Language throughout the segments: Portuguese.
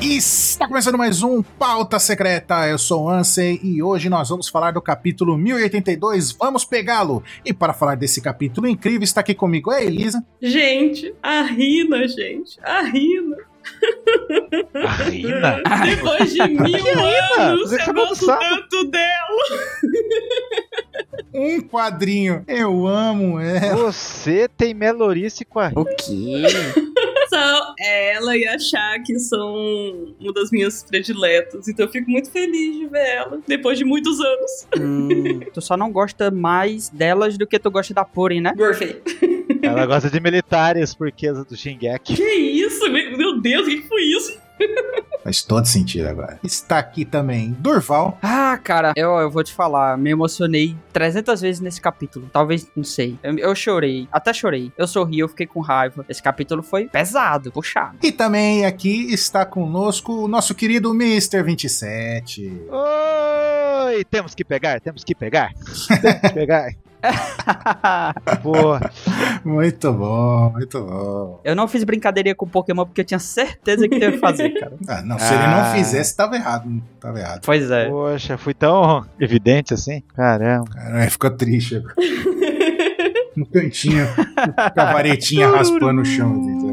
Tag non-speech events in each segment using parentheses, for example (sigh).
Está começando mais um Pauta Secreta. Eu sou o Ansem e hoje nós vamos falar do capítulo 1082. Vamos pegá-lo! E para falar desse capítulo incrível, está aqui comigo a Elisa. Gente, a Rina, gente, a Rina. A Rina? (laughs) Depois de mil anos, Você eu gosto tanto dela. Um quadrinho. Eu amo ela. (laughs) Você tem melorice com a Rina. O quê? São ela e a Shaq são uma das minhas prediletas. Então eu fico muito feliz de ver ela depois de muitos anos. Hum, tu só não gosta mais delas do que tu gosta da Purin, né? Gorfei. Ela gosta de militares, porquesa do Shingeki. Que isso? Meu Deus, o que foi isso? Faz todo sentido agora. Está aqui também Durval. Ah, cara, eu, eu vou te falar, me emocionei 300 vezes nesse capítulo. Talvez, não sei. Eu, eu chorei, até chorei. Eu sorri, eu fiquei com raiva. Esse capítulo foi pesado, puxado. (laughs) E também aqui está conosco o nosso querido Mr. 27. Oi! Temos que pegar, temos que pegar. temos que pegar. Boa. Muito bom, muito bom. Eu não fiz brincadeirinha com Pokémon porque eu tinha certeza que ia fazer, cara. Ah, não, se ele não Ah. fizesse, tava errado. Tava errado. Pois é. Poxa, fui tão evidente assim. Caramba. Caralho, ficou triste (laughs) agora. No cantinho, com a varetinha raspando o chão. entendeu?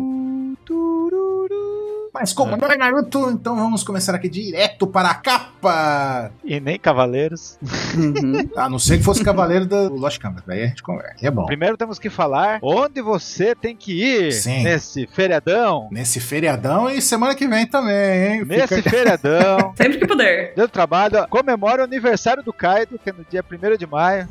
Mas como não é Naruto, então vamos começar aqui direto para a capa. E nem cavaleiros. Uhum. A não ser que fosse Cavaleiro da do Lost Canvas, aí a gente conversa. aí É bom. Primeiro temos que falar onde você tem que ir Sim. nesse feriadão. Nesse feriadão e semana que vem também, hein? Nesse Fica- feriadão. Sempre que puder. Deu trabalho. ó, Comemora o aniversário do Kaido, que é no dia 1 de maio.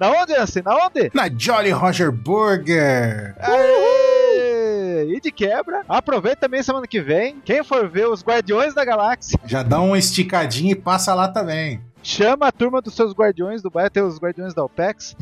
Na onde, Ansi? Na onde? Na Jolly Roger Burger. Aê! E de quebra, aproveita também semana que vem. Quem for ver os Guardiões da Galáxia, Já dá uma esticadinha e passa lá também. chama a turma dos seus Guardiões do bairro, tem os Guardiões da OPEX.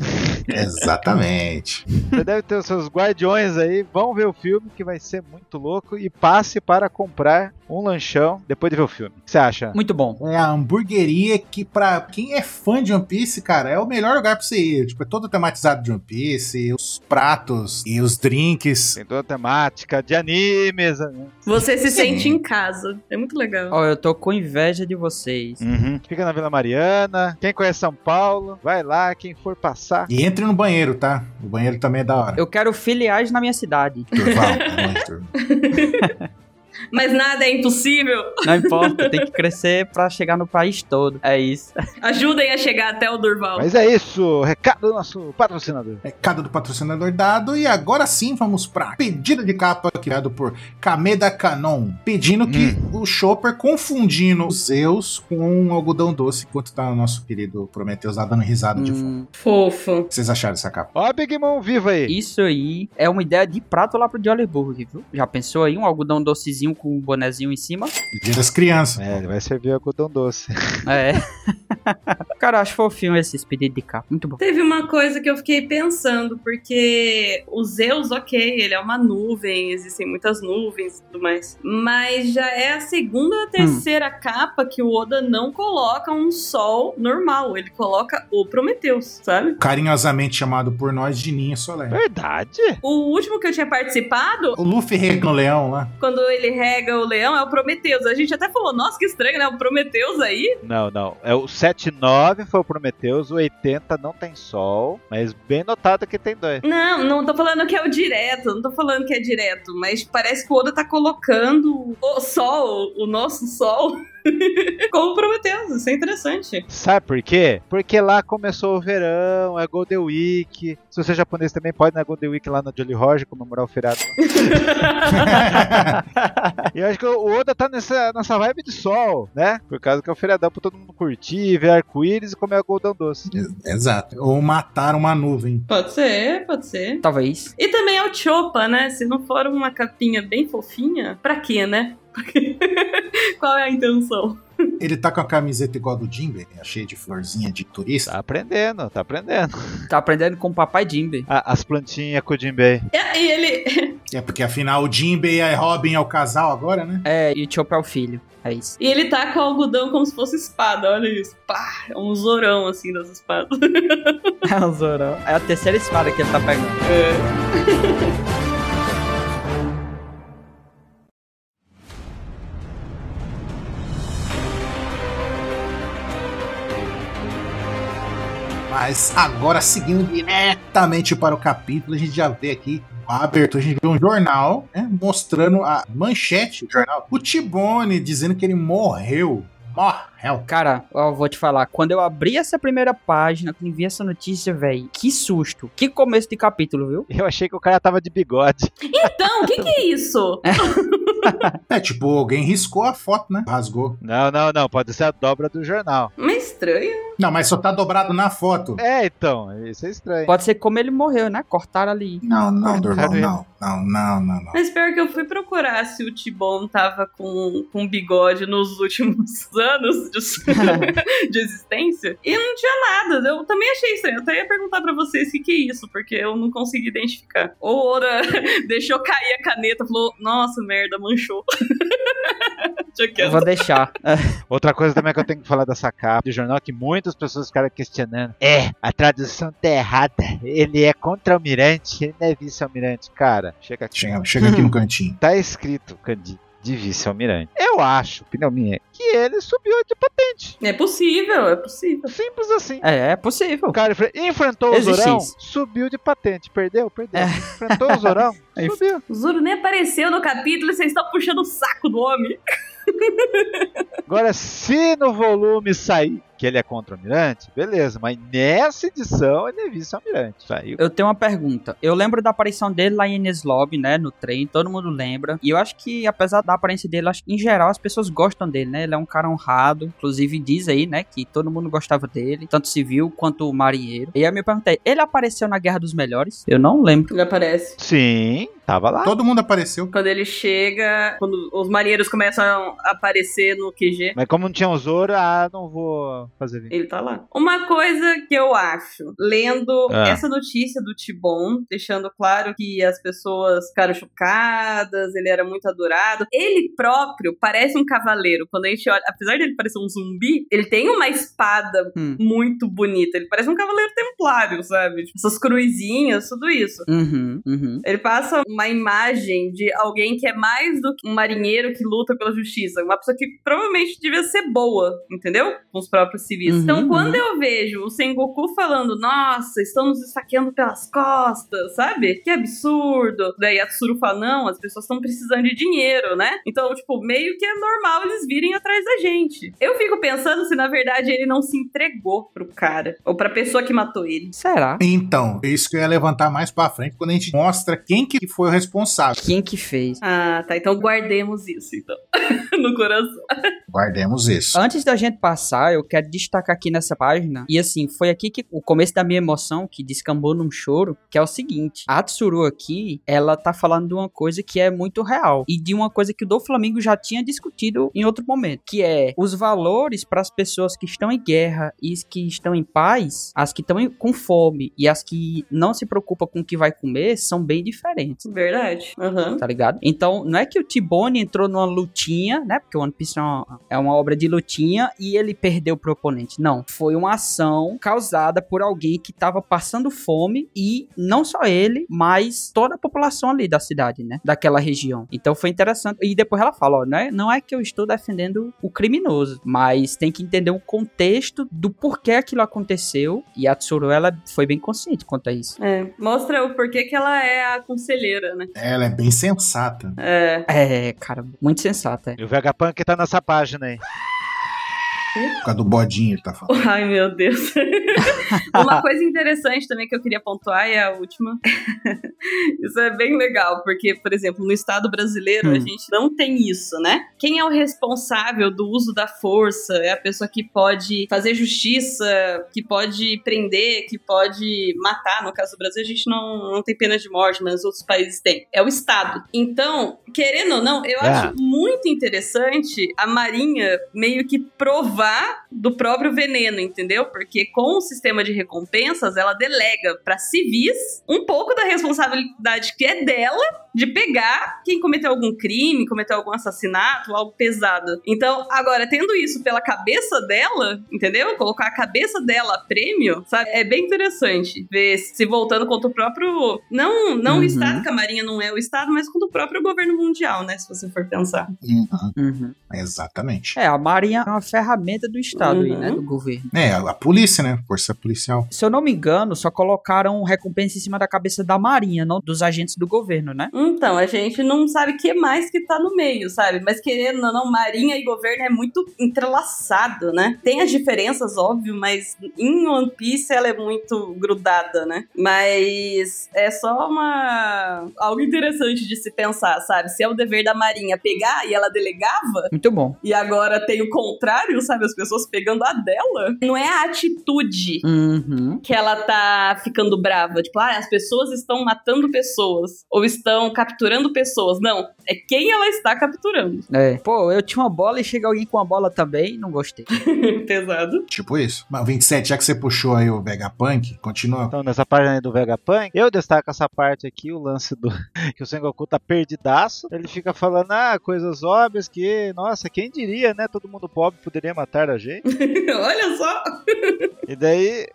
Exatamente. Você deve ter os seus Guardiões aí. Vão ver o filme, que vai ser muito louco. E passe para comprar um lanchão depois de ver o filme. O que você acha? Muito bom. É a hamburgueria que, pra quem é fã de One Piece, cara, é o melhor lugar pra você ir. Tipo, é todo tematizado de One Piece, os pratos e os drinks. Tem toda a temática de animes. né? Você se Sim. sente em casa. É muito legal. Ó, eu tô com inveja de vocês. Fica na Vila Mariana. Quem conhece São Paulo, vai lá. Quem for passar. E entre no banheiro, tá? O banheiro também é da hora. Eu quero filiais na minha cidade. (laughs) Durval, tá longe, Durval. Mas nada é impossível. Não importa, tem que crescer pra chegar no país todo. É isso. Ajudem a chegar até o Durval. Mas é isso. Recado do nosso patrocinador. Recado É do patrocinador dado. E agora sim vamos pra pedido de capa criado por Kameda Canon. Pedindo que o Chopper confundindo os Zeus com o algodão doce, enquanto tá o nosso querido Prometheus lá dando risada de fundo. Hum, Fofo. O que vocês acharam dessa capa? Ó, Big Mom viva aí. isso aí é uma ideia de prato lá pro Jolly Burger, viu? Já pensou aí? Um algodão docezinho com um bonezinho em cima? Dia das crianças. É, ele vai servir algodão doce. (laughs) É. (laughs) Cara, eu acho fofinho esses pedidos de capa. Muito bom. Teve uma coisa que eu fiquei pensando, porque o Zeus, ok, ele é uma nuvem, existem muitas nuvens e tudo mais. Mas já é a segunda ou a terceira capa que o Oda não coloca um sol normal, ele coloca o Prometheus, sabe? Carinhosamente chamado por nós de Ninho Solene. Verdade? O último que eu tinha participado, O Luffy rega o leão lá. quando ele rega o leão, é o Prometheus. A gente até falou, nossa, que estranho, né? O Prometheus aí. Não, não. É o 79 foi o Prometheus, o 80 não tem sol, mas bem notado que tem dois. Não, não tô falando que é o direto, não tô falando que é direto, mas parece que o Oda tá colocando o sol, o nosso sol, (laughs) como Prometheus. Isso é interessante. Sabe por quê? Porque lá começou o verão, é Golden Week. Se você é japonês também pode ir na Golden Week lá na Jolly Roger comemorar o feriado. (laughs) e eu acho que o Oda tá nessa, nessa vibe de sol, né? Por causa que é o feriadão pra todo mundo curtir, ver arco-íris e comer algodão doce. Exato. Ou matar uma nuvem. Pode ser, pode ser. Talvez. E também é o Chopa, né? Se não for uma capinha bem fofinha, pra quê, né? (laughs) Qual é a intenção? Ele tá com a camiseta igual a do Jimbe, né? cheia de florzinha de turista. Tá aprendendo, tá aprendendo. Tá aprendendo com o papai Jimbe. A- as plantinhas com o Jinbei. E, e ele, É porque afinal o Jimbe e a Robin é o casal agora, né? É, e o Chopper é o filho. É isso. e ele tá com o algodão como se fosse espada, olha isso. Pá, é um zorão assim das espadas. (laughs) (laughs) É o Zorão. É a terceira espada que ele tá pegando. É. Mas agora, seguindo diretamente para o capítulo, a gente já vê aqui a abertura, a gente vê um jornal né, mostrando a manchete do jornal. O Tibone dizendo que ele morreu. Morreu. Cara, eu vou te falar, quando eu abri essa primeira página, quando vi essa notícia, velho, que susto. Que começo de capítulo, viu? Eu achei que o cara tava de bigode. Então, o que, que é isso? É tipo, alguém riscou a foto, né? Rasgou. Não, não, não. Pode ser a dobra do jornal. Mas estranho. Não, mas só tá dobrado na foto. É, então. Isso é estranho. Pode ser como ele morreu, né? Cortaram ali. Não, não, Durval, Cara, eu- não. Não, não, não, não. Mas pior que eu fui procurar se o Tibon tava com, com bigode nos últimos (laughs) anos de, de existência. E não tinha nada. Eu também achei estranho. Eu até ia perguntar pra vocês o que, que é isso, porque eu não consegui identificar. Ou Ora (laughs) deixou cair a caneta, falou, nossa, merda, manchou. (laughs) Deixa Eu quieto. vou deixar. É, Outra coisa também que eu tenho que falar dessa capa de jornal que muitas pessoas ficaram questionando. É, a tradução tá errada. Ele é contra-almirante, ele não é vice-almirante. Cara, chega aqui. Chega, chega aqui no cantinho. Tá escrito, Candi, de vice-almirante. Eu acho, opinião minha, que ele subiu de patente. É possível, é possível. Simples assim. É, é possível. O cara enfre- enfrentou o Existe Zorão, isso. subiu de patente. Perdeu, perdeu. Enfrentou o (laughs) Zorão, Aí- subiu. O Zoro nem apareceu no capítulo e vocês estão puxando o saco do homem. Agora, se no volume sair que ele é contra-almirante, beleza. Mas nessa edição ele é vice-almirante. Saiu. Eu tenho uma pergunta. Eu lembro da aparição dele lá em Neslob, né? No trem, todo mundo lembra. E eu acho que, apesar da aparência dele, acho que, em geral as pessoas gostam dele, né? Ele é um cara honrado. Inclusive, diz aí, né? Que todo mundo gostava dele, tanto civil quanto marinheiro. E aí eu me perguntei, ele apareceu na Guerra dos Melhores? Eu não lembro. Ele aparece. Sim, tava lá. Todo mundo apareceu. Quando ele chega, quando os marinheiros começam a aparecer no QG, Mas como não tinha o Zoro, ah, não vou fazer vídeo. ele tá lá. Uma coisa que eu acho, lendo Ah. essa notícia do Tibon, deixando claro que as pessoas ficaram chocadas, ele era muito adorado. Ele próprio parece um cavaleiro. Quando a gente olha, apesar dele parecer um zumbi, ele tem uma espada Hum. muito bonita. Ele parece um cavaleiro templário, sabe? Tipo, essas cruzinhas, tudo isso. Uhum, uhum. Ele passa uma imagem de alguém que é mais do que um marinheiro que luta pela justiça. Uma pessoa que provavelmente devia ser boa, entendeu? Com os próprios civis. Uhum, então, quando uhum. eu vejo o Sengoku falando, nossa, estão nos esfaqueando pelas costas, sabe? Que absurdo. Daí a Tsuru fala, não, as pessoas estão precisando de dinheiro, né? Então, tipo, meio que é normal eles virem atrás da gente. Eu fico pensando se, na verdade, ele não se entregou pro cara. Ou pra pessoa que matou ele. Será? Então, é isso que eu ia levantar mais pra frente quando a gente mostra quem que foi o responsável. Quem que fez? Ah, tá. Então guardemos isso, então. (laughs) no coração. Guardemos isso. Antes da gente passar, eu quero destacar aqui nessa página, e assim, foi aqui que o começo da minha emoção, que descambou num choro, que é o seguinte, a Tsuru aqui, ela tá falando de uma coisa que é muito real, e de uma coisa que o do Flamengo já tinha discutido em outro momento, que é os valores para as pessoas que estão em guerra e as que estão em paz, as que estão em- com fome e as que não se preocupam com o que vai comer, são bem diferentes Verdade. Aham. tá ligado? Então, não é que o T-Bone entrou numa lutinha, né? Porque o One Piece é uma, é uma obra de lutinha e ele perdeu o proponente. Não. Foi uma ação causada por alguém que tava passando fome e não só ele, mas toda a população ali da cidade, né? Daquela região. Então foi interessante. E depois ela fala: ó, não é, não é que eu estou defendendo o criminoso, mas tem que entender o contexto do porquê aquilo aconteceu. E a Tsuru, ela foi bem consciente quanto a isso. É. Mostra o porquê que ela é a conselheira, né? Ela é bem sensata. É. (laughs) É, cara, muito sensata. é. E o Vegapunk tá nessa página aí. Por causa do bodinho, ele tá falando. Ai, meu Deus. (laughs) Uma coisa interessante também que eu queria pontuar e a última. (laughs) isso é bem legal, porque, por exemplo, no Estado brasileiro Hum. a gente não tem isso, né? Quem é o responsável do uso da força? É a pessoa que pode fazer justiça, que pode prender, que pode matar. No caso do Brasil, a gente não, não tem pena de morte, mas outros países têm. É o Estado. Então, querendo ou não, eu É. acho muito interessante a Marinha meio que provar do próprio veneno, entendeu? Porque com o sistema de recompensas, ela delega para civis um pouco da responsabilidade que é dela de pegar quem cometeu algum crime, cometeu algum assassinato, algo pesado. Então, agora, tendo isso pela cabeça dela, entendeu? Colocar a cabeça dela a prêmio, sabe? É bem interessante ver se voltando contra o próprio. Não, não Uhum. o Estado, que a Marinha não é o Estado, mas contra o próprio governo mundial, né? Se você for pensar. Uhum, Uhum. Exatamente. É, a Marinha é uma ferramenta do Estado aí, Uhum. né? Do governo. É, a polícia, né? Força policial. Se eu não me engano, só colocaram recompensa em cima da cabeça da Marinha, não dos agentes do governo, né? Então, a gente não sabe o que mais que tá no meio, sabe? Mas querendo ou não, marinha e governo é muito entrelaçado, né? Tem as diferenças, óbvio, mas em One Piece ela é muito grudada, né? Mas é só uma... algo interessante de se pensar, sabe? Se é o dever da marinha pegar e ela delegava, Muito bom. e agora tem o contrário, sabe? As pessoas pegando a dela. Não é a atitude Uhum. que ela tá ficando brava. Tipo, ah, as pessoas estão matando pessoas. Ou estão capturando pessoas. Não, é quem ela está capturando. (laughs) É. Pô, eu tinha uma bola e chega alguém com a bola também, não (laughs) gostei. Pesado. (laughs) Tipo isso. Mas 27, já que você puxou aí o Vegapunk, continua. Então, nessa página aí do Vegapunk, eu destaco essa parte aqui, o lance do (laughs) que o Sengoku tá perdidaço. Ele fica falando, ah, coisas óbvias que, nossa, quem diria, né? Todo mundo pobre poderia matar a gente. Olha só. E daí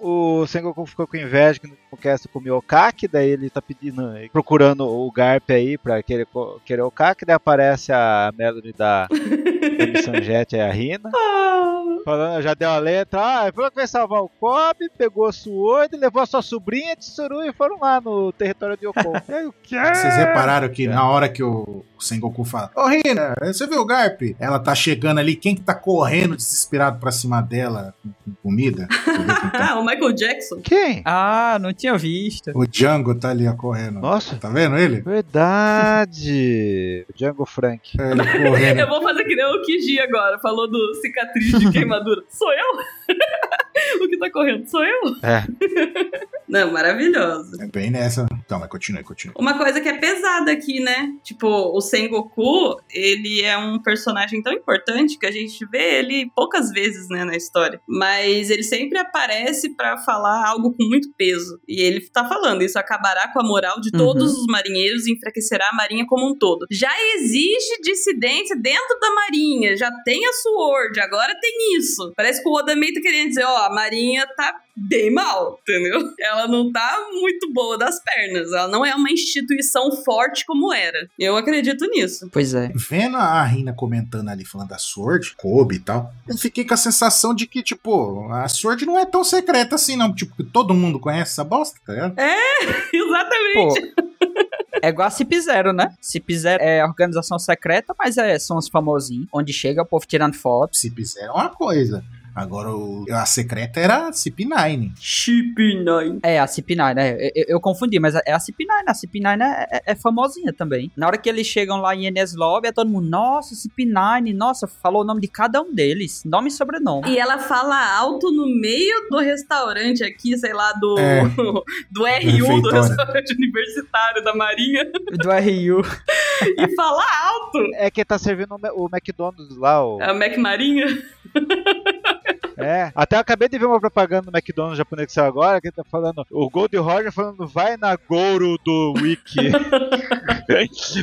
o Sengoku ficou com inveja que não conquista com o Miyokaki, daí ele tá pedindo, procurando o Garp aí pra querer, co- querer o Kaki, daí aparece a Melody da, da Missão Jet, é a Rina. Ah, Falando, já deu a letra, ah, falou que vai salvar o Kobe, pegou a Suoide, levou a sua sobrinha Tsuru e foram lá no território de Yoko. E aí, o quê? Vocês repararam que É. na hora que o Sengoku fala, ô Rina, você viu o Garp? Ela tá chegando ali, quem que tá correndo desesperado pra cima dela com- com comida? Você viu quem tá? Ah, o Michael Jackson. Quem? Ah, não tinha visto. O Django tá ali ó, correndo. Nossa, Tá vendo ele? verdade. (laughs) Django Frank. É, Ele correndo. Eu vou fazer que nem o Kiji agora. Falou do cicatriz de queimadura. Sou eu? (laughs) o que tá correndo? Sou eu? É. (laughs) Não, maravilhoso. É bem nessa. Então, mas continue, continue. Uma coisa que é pesada aqui, né? Tipo, o Sengoku, ele é um personagem tão importante que a gente vê ele poucas vezes, né, na história. Mas ele sempre aparece pra falar algo com muito peso. E ele tá falando, isso acabará com a moral de todos os marinheiros e enfraquecerá a marinha como um todo. Já existe dissidência dentro da marinha, já tem a Sword, agora tem isso. Parece que o Oda meio tá querendo dizer, ó, a marinha tá bem mal, entendeu? ela não tá muito boa das pernas. Ela não é uma instituição forte como era. Eu acredito nisso. (laughs) Pois é. Vendo a Rina comentando ali, falando da Sword, Kobe e tal, eu fiquei com a sensação de que, tipo, a Sword não é tão secreta assim, não. Tipo, que todo mundo conhece essa bosta, tá ligado? Exatamente. Pô. É igual a Cip Zero, né? Cip Zero é organização secreta, mas é, são os famosinhos. Onde chega o povo tirando fotos. Se fizeram é uma coisa. Agora, o- a secreta era a CP9. Chip 9. É, a Cip9, né? Eu, eu- eu confundi, mas é a Cip9. A Cip9 é, é- é famosinha também. Na hora que eles chegam lá em Enes Lobby, é todo mundo, nossa, Cip9, nossa, falou o nome de cada um deles. Nome e (laughs) sobrenome. E ela fala alto no meio do restaurante aqui, sei lá, do, É. (laughs) do RU, do Refeitório. restaurante (laughs) universitário da Marinha, Do RU. e fala alto. É que tá servindo o Ma- o McDonald's lá, o... É A Mac Marinha. (laughs) É. Até eu acabei de ver uma propaganda do McDonald's japonês que saiu agora, que tá falando, o Gold Roger falando, vai na Goro do Wiki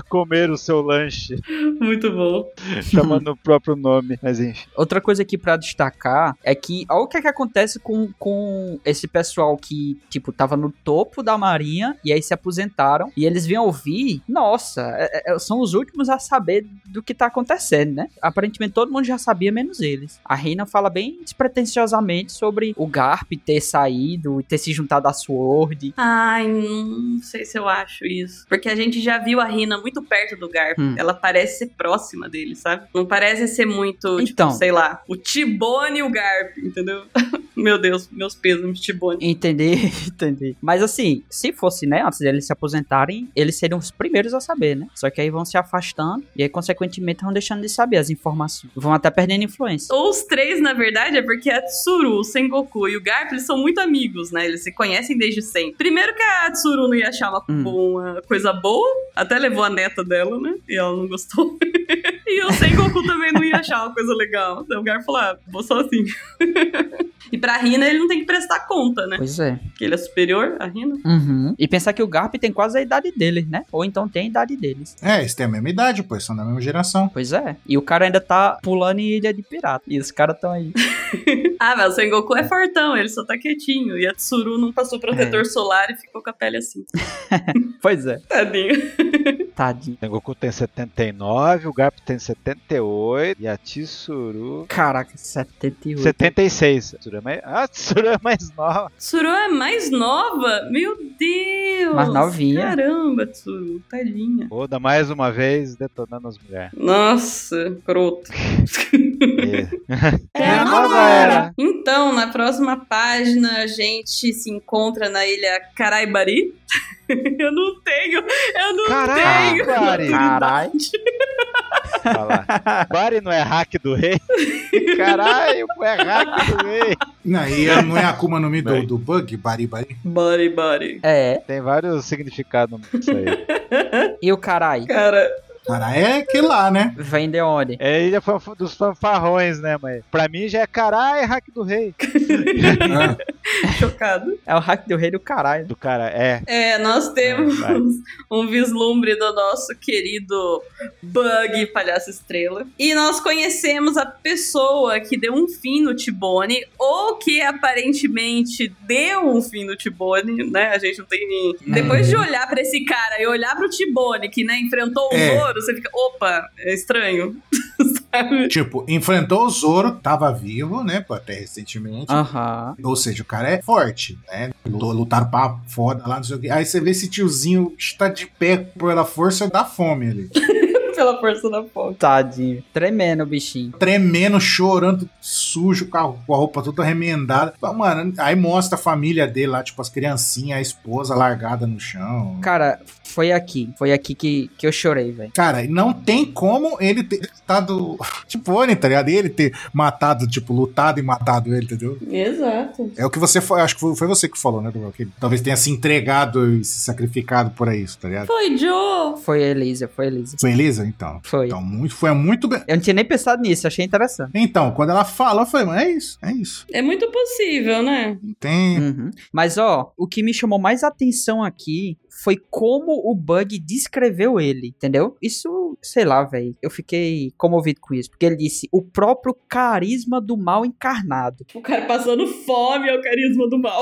comer o seu lanche, Muito bom. chamando o próprio nome, mas enfim. Outra coisa aqui pra destacar é que olha o que, é que acontece com, com esse pessoal que, tipo, tava no topo da marinha e aí se aposentaram e eles vêm ouvir, nossa, é- é- são os últimos a saber do que tá acontecendo, né? Aparentemente todo mundo já sabia, menos eles. A Reina fala bem despretensiosamente sobre o Garp ter saído e ter se juntado à Sword. Ai, não sei se eu acho isso. Porque a gente já viu a Rina muito perto do Garp. Hum. Ela parece ser próxima dele, sabe? Não parece ser muito, Então. tipo, sei lá, o Tibone e o Garp, entendeu? (laughs) Meu Deus, meus pêsames, Tibone. Entendi, (laughs) entendi. Mas assim, se fosse, né, antes deles se aposentarem, eles seriam os primeiros a saber, né? Só que aí vão se afastando e aí, consequentemente, vão deixando de saber as informações. Vão até perdendo influência. Ou os três, na verdade, é porque a Tsuru, o Sengoku e o Garp, eles são muito amigos, né? Eles se conhecem desde sempre. Primeiro que a Tsuru não ia achar uma, Hum. uma coisa boa, até levou a neta dela, né? E ela não gostou. (laughs) e o Sengoku também não ia achar uma coisa legal. Então o Garp falou, ah, vou sozinho. (laughs) e pra Rina, ele não tem que prestar conta, né? Pois é. Porque ele é superior a Rina. Uhum. E pensar que o Garp tem quase a idade deles, né? Ou então tem a idade deles. É, eles têm a mesma idade, pois são da mesma geração. Pois é. E o cara ainda tá pulando em ilha de pirata. E os caras tão aí. (laughs) Ah, mas o Sengoku é fortão, ele só tá quietinho. E a Tsuru não passou protetor solar e ficou com a pele assim. pois é. Tadinho. Tadinho. Tengoku tem 79, o Garp tem 78 e a Tsuru Caraca, 78. 76. Tsuru é mais... Ah, Tsuru é mais nova. Tsuru é mais nova? Meu Deus! Mais novinha. Caramba, Tsuru, tadinha. Oda mais uma vez detonando as mulheres. Nossa, croto. É, a nova era. Então, na próxima página, a gente se encontra na ilha Caraibari. (laughs) eu não tenho, eu não Caraca, tenho. Ari. Carai. Olha lá. Bari não é hack do rei? (laughs) Caralho, é hack do rei. Não, e eu- não é a Akuma no Mi do, Bem. do Bug, Bari Bari. Body, body. É, Tem vários significados nisso aí. e o carai? Cara, Cara, é que lá, né? Vem de onde? É ilha fanf- dos fanfarrões, né, mãe? Pra mim já é caralho, hack do rei. Ah, chocado. É o hack do rei do caralho. Do cara, é. É, nós temos Vai. um vislumbre do nosso querido Bug Palhaço Estrela. E nós conhecemos a pessoa que deu um fim no Tibone, ou que aparentemente deu um fim no Tibone, né? A gente não tem nem. Depois de olhar pra esse cara e olhar pro Tibone, que né, enfrentou o É. Zoro, você fica, opa, é estranho. (laughs) (laughs) Sabe? tipo, enfrentou o Zoro, tava vivo, né? pô, Até Uhum. recentemente. Ah. Aham. Ou seja, o cara é forte, né? Lutou, lutaram pra foda lá, não sei o quê. Aí você vê esse tiozinho que tá de pé pela força da fome ali. Pela força da fome. Tadinho. tá Tremendo o bichinho. Tremendo, chorando, sujo, com a, com a roupa toda remendada. Fala, Mano, aí mostra a família dele lá, tipo, as criancinhas, a esposa largada no chão. Cara, foi aqui. Foi aqui que, que eu chorei, velho. Cara, não tem como ele ter estado. Tipo, né, tá ligado? E ele ter matado, tipo, lutado e matado ele, entendeu? Exato. É o que você. fa- Acho que foi foi você que falou, né, Duval? Que ele talvez tenha se entregado e se sacrificado por isso, tá ligado? Foi, Joe! Foi Elisa, foi Elisa. Foi Elisa, então. Foi. Então, muito, foi muito bem. Eu não tinha nem pensado nisso, achei (laughs) interessante. Então, quando ela fala, eu falei, mano, é isso, é isso. É muito possível, né? Não Tem. Uhum. Mas ó, o que me chamou mais atenção aqui foi como o Bug descreveu ele, entendeu? Isso, sei lá, velho. Eu fiquei comovido com isso, porque ele disse o próprio carisma do mal encarnado. O cara passando fome é o carisma do mal.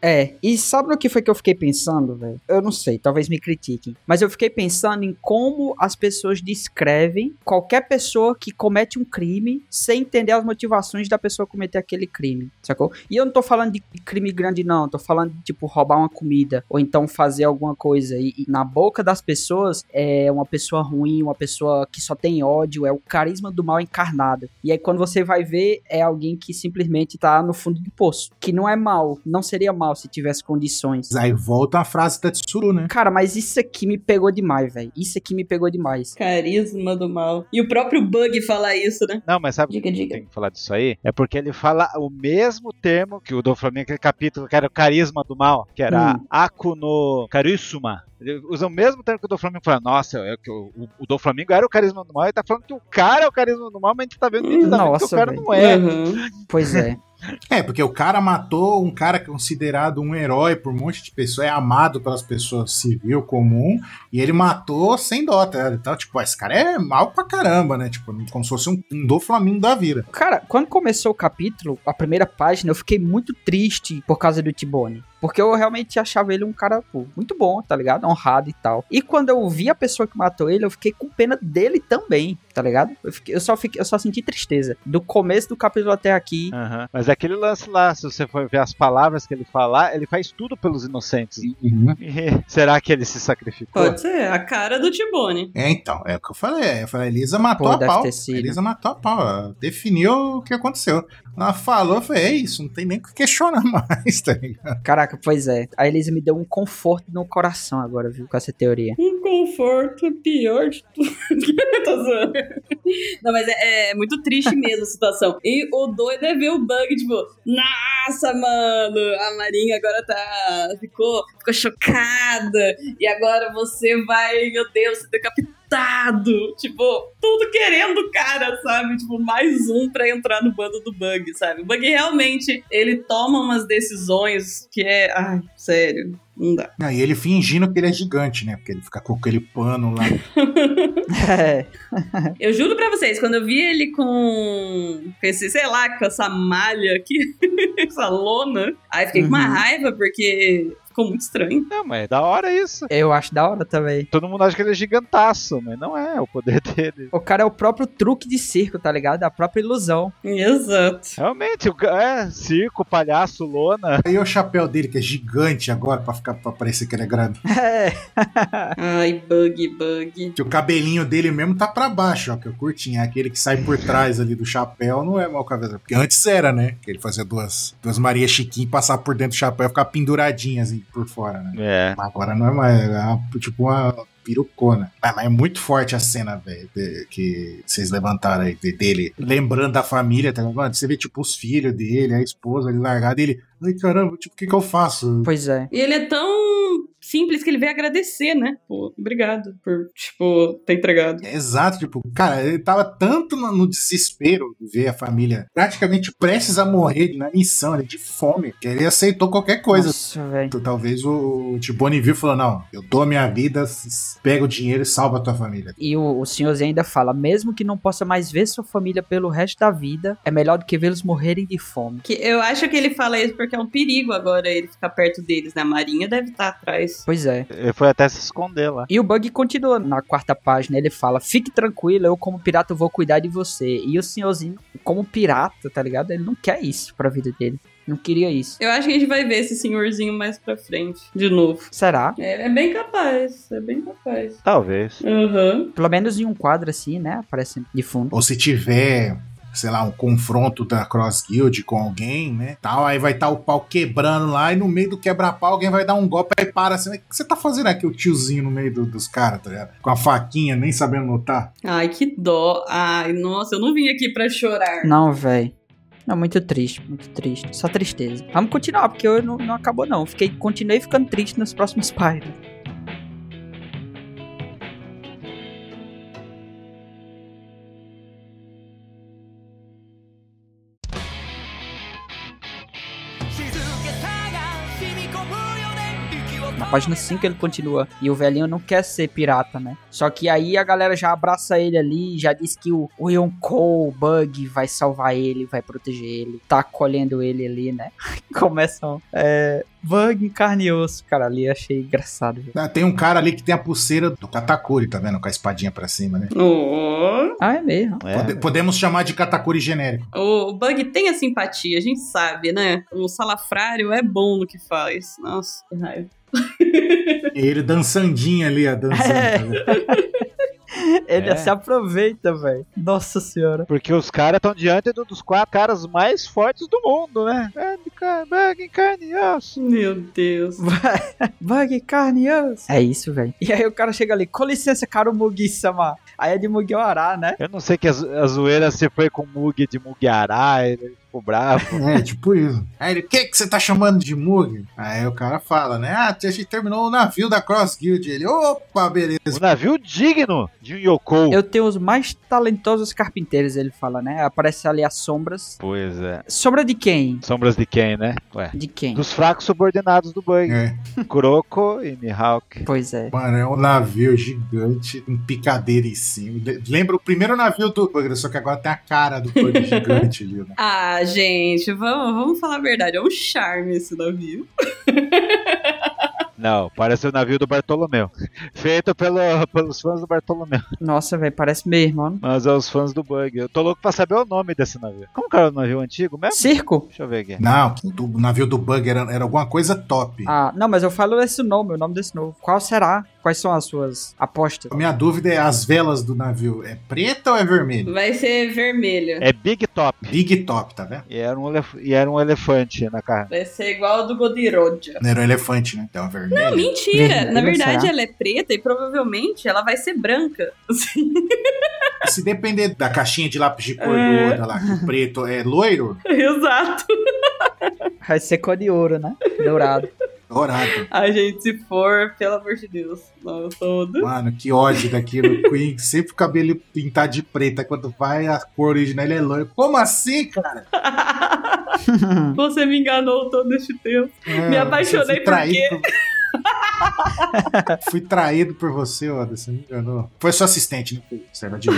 É, e sabe no que foi que eu fiquei pensando, velho? Eu não sei, talvez me critiquem, mas eu fiquei pensando em como as pessoas descrevem qualquer pessoa que comete um crime sem entender as motivações da pessoa cometer aquele crime, sacou? E eu não tô falando de crime grande, não, tô falando de tipo roubar uma comida ou então fazer alguma coisa. E, e na boca das pessoas é uma pessoa ruim, uma pessoa que só tem ódio, é o carisma do mal encarnado. E aí quando você vai ver, é alguém que simplesmente tá no fundo do poço, que não é mal, não seria mal se tivesse condições. Aí volta a frase da Tsuru, né? Cara, mas isso aqui me pegou demais, velho. Isso aqui me pegou demais. Carisma do mal. E o próprio Bug fala isso, né? Não, mas sabe o Diga, que diga. tem que falar disso aí? É porque ele fala o mesmo termo que o do Flamengo, aquele capítulo que era o carisma do mal, que era Hum. Akuno Carisma. Ele usa o mesmo termo que o do Flamengo fala. Nossa, é que o, o, o do Flamengo era o carisma do mal, ele tá falando que o cara é o carisma do mal, mas a gente tá vendo nitidamente que Nossa, o cara velho. não é. Uhum. Pois é. É, porque o cara matou um cara considerado um herói por um monte de pessoas, é amado pelas pessoas civil comum, e ele matou sem dó, tá? ligado? Então, tipo, ah, esse cara é mal pra caramba, né? Tipo, como se fosse um, um do Flamengo da vida. Cara, quando começou o capítulo, a primeira página, eu fiquei muito triste por causa do Tibone. Porque eu realmente achava ele um cara pô, muito bom, tá ligado? Honrado e tal. E quando eu vi a pessoa que matou ele, eu fiquei com pena dele também, tá ligado? Eu, fiquei- eu só, fiquei, eu só senti tristeza. Do começo do capítulo até aqui. Aham. Mas é aquele lance lá, se você for ver as palavras que ele falar, ele faz tudo pelos inocentes. Uhum. E (laughs) será que ele se sacrificou? Pode ser, a cara do Tibone. É, então, é o que eu falei. Eu falei, a Elisa matou Pô, a deve pau. ter sido. A Elisa matou a pau. Ela definiu o que aconteceu. Ela falou, eu falei, é isso, não tem nem o que questionar (laughs) mais, tá ligado? Caraca, pois é. A Elisa me deu um conforto no coração agora, viu? Com essa (laughs) teoria. Um conforto pior de tudo. (laughs) Tô zoando. Não, mas é, é muito triste mesmo a situação. E o doido é ver o Bug, tipo, nossa, mano, a Marinha agora tá. ficou, ficou chocada. E agora você vai, meu Deus, ser decapitado. Tipo, tudo querendo o cara, sabe? Tipo, mais um pra entrar no bando do Bug, sabe? O Bug realmente, ele toma umas decisões que é. Ai, sério, não dá. Não, e ele fingindo que ele é gigante, né? Porque ele fica com aquele pano lá. É. Eu juro pra vocês, quando eu vi ele com, com esse, sei (laughs) lá, com essa malha aqui, essa lona, aí fiquei com uma Uhum. raiva, porque ficou muito estranho. É, mas é da hora isso. Eu acho da hora também. Todo mundo acha que ele é gigantaço, mas não é o poder (laughs) dele. O cara é o próprio truque de circo, tá ligado? É a própria ilusão. Exato. Realmente, o, ca- é circo, palhaço, lona. Aí o chapéu dele, que é gigante agora, pra, ficar, pra parecer que ele é grande. É. Ai, bug, bug. Que o cabelinho dele mesmo tá pra baixo, ó, que eu curtinho. É aquele que sai por trás ali do chapéu, não é mal cabelo. Porque antes era, né? Que ele fazia duas, duas Maria Chiquinha e passar por dentro do chapéu e ficar penduradinha assim por fora, né? É. Mas Agora não é mais, é uma- tipo uma pirucona. Ah, mas é muito forte a cena, velho, de- que vocês levantaram aí de- dele. Lembrando da família, tá ligado? Você vê, tipo, os filhos dele, a esposa ali largada, e ele, ai caramba, tipo, o que que eu faço? Pois é. E ele é tão simples que ele veio agradecer, né? Pô, obrigado por, tipo, ter entregado. Exato, tipo, cara, ele tava tanto no, no desespero de ver a família praticamente prestes a morrer na missão, ali, de fome, que ele aceitou qualquer coisa. Nossa, velho. Tu- Talvez o Tibone viu e falou: Não, eu dou a minha vida, s- pega o dinheiro e salva a tua família. E o, o senhorzinho ainda fala: mesmo que não possa mais ver sua família pelo resto da vida, é melhor do que vê-los morrerem de fome. Que eu acho que ele fala isso porque é um perigo agora ele ficar perto deles, né? A Marinha deve estar atrás. Pois é. Ele foi até se esconder lá. E o Bug continua na quarta página. Ele fala: Fique tranquilo, eu, como pirata, vou cuidar de você. E o senhorzinho, como pirata, tá ligado? Ele não quer isso pra vida dele. Não queria isso. Eu acho que a gente vai ver esse senhorzinho mais pra frente, de novo. Será? É, é bem capaz, é bem capaz. Talvez. Aham. Pelo menos em um quadro assim, né? Aparece de fundo. Ou se tiver, sei lá, um confronto da Cross Guild com alguém, né? Tal, aí vai estar o pau quebrando lá e no meio do quebra-pau alguém vai dar um golpe aí para assim. "Mas O que você tá fazendo aqui, o tiozinho no meio do- dos caras, tá ligado? Com a faquinha, nem sabendo lutar. Ai, que dó. Ai, nossa, eu não vim aqui pra chorar. Não, velho. Não, muito triste, muito triste. Só tristeza. Vamos continuar, porque eu não, não acabou, não. Fiquei, continuei ficando triste nas próximas (laughs) páginas. Na página 5 ele continua. E o velhinho não quer ser pirata, né? Só que aí a galera já abraça ele ali, já diz que o, o Yonkou, o Bug, vai salvar ele, vai proteger ele. Tá acolhendo ele ali, né? (laughs) Começam. É. Bug em carne e osso, cara, ali achei engraçado. viu? Ah, Tem um cara ali que tem a pulseira do Katakuri, tá vendo? Com a espadinha pra cima, né? Oh. Ah, é mesmo. Pode- É. podemos chamar de Katakuri genérico. O Bug tem a simpatia, a gente sabe, né? O salafrário é bom no que faz. Nossa, que raiva. E ele dançandinha ali, a dançando. É. tá vendo? (laughs) Ele É. se aproveita, velho. Nossa senhora. (laughs) Porque os caras estão diante do- dos quatro caras mais fortes do mundo, né? É, de ca- Bug, em carne e osso. Meu Deus. Bug, carne e osso. É isso, velho. E aí o cara chega ali, com licença, cara, o Mugi-sama. Aí é de Mugiwara, né? Eu não sei que a, zo- a zoeira se foi com o Mug de Mugiará, ele ficou bravo. É, tipo isso. Aí ele, o que que você tá chamando de Mug? Aí o cara fala, né? Ah, a gente terminou o navio da Cross Guild. Ele, opa, beleza. um navio digno de um Yokou. Eu tenho os mais talentosos carpinteiros, ele fala, né? Aparece ali as sombras. Pois é. Sombra de quem? Sombras de quem, né? Ué. De quem? Dos fracos subordinados do Bug. É, Kuroko e Mihawk. Pois é. mano, é um navio gigante, com picadeira em cima. Le- Lembra o primeiro navio do Bug, só que agora tem a cara do Bug gigante ali, né? Ah, gente, vamos, vamos falar a verdade. É um charme esse navio. Não, parece o navio do Bartolomeu. (laughs) Feito pelo, pelos fãs do Bartolomeu. Nossa, velho, parece mesmo, ó. Mas é os fãs do Bug. Eu tô louco pra saber o nome desse navio. Como que era o navio antigo mesmo? Circo? Deixa eu ver aqui. Não, o do- o navio do Bug era, era alguma coisa top. Ah, não, mas eu falo esse nome, o nome desse novo. Qual será? Quais são as suas apostas? A minha dúvida é, as velas do navio, é preta ou é vermelha? Vai ser vermelho. É Big Top. Big Top, tá vendo? E era um, elef- e era um elefante na cara. Vai ser igual ao do Godirodia. Não era um elefante, né? Então, vermelho. Não, mentira. Vermelho, Na verdade, será? ela é preta e provavelmente ela vai ser branca. Assim, Se depender da caixinha de lápis de cor É. do Oda lá, que o preto é loiro, (laughs) exato. Vai ser cor de ouro, né? Dourado. dourado. Ai, gente, se for, pelo amor de Deus. Nossa, todo. Mano, que ódio daquilo. Queen sempre o cabelo pintado de preta. Quando vai a cor original, ele é loiro. Como assim, cara? Você me enganou todo este tempo. É, Me fui apaixonei por traído quê? por- (laughs) Fui traído por você, Oda. Você me enganou. Foi sua assistente, né? Serva de mim.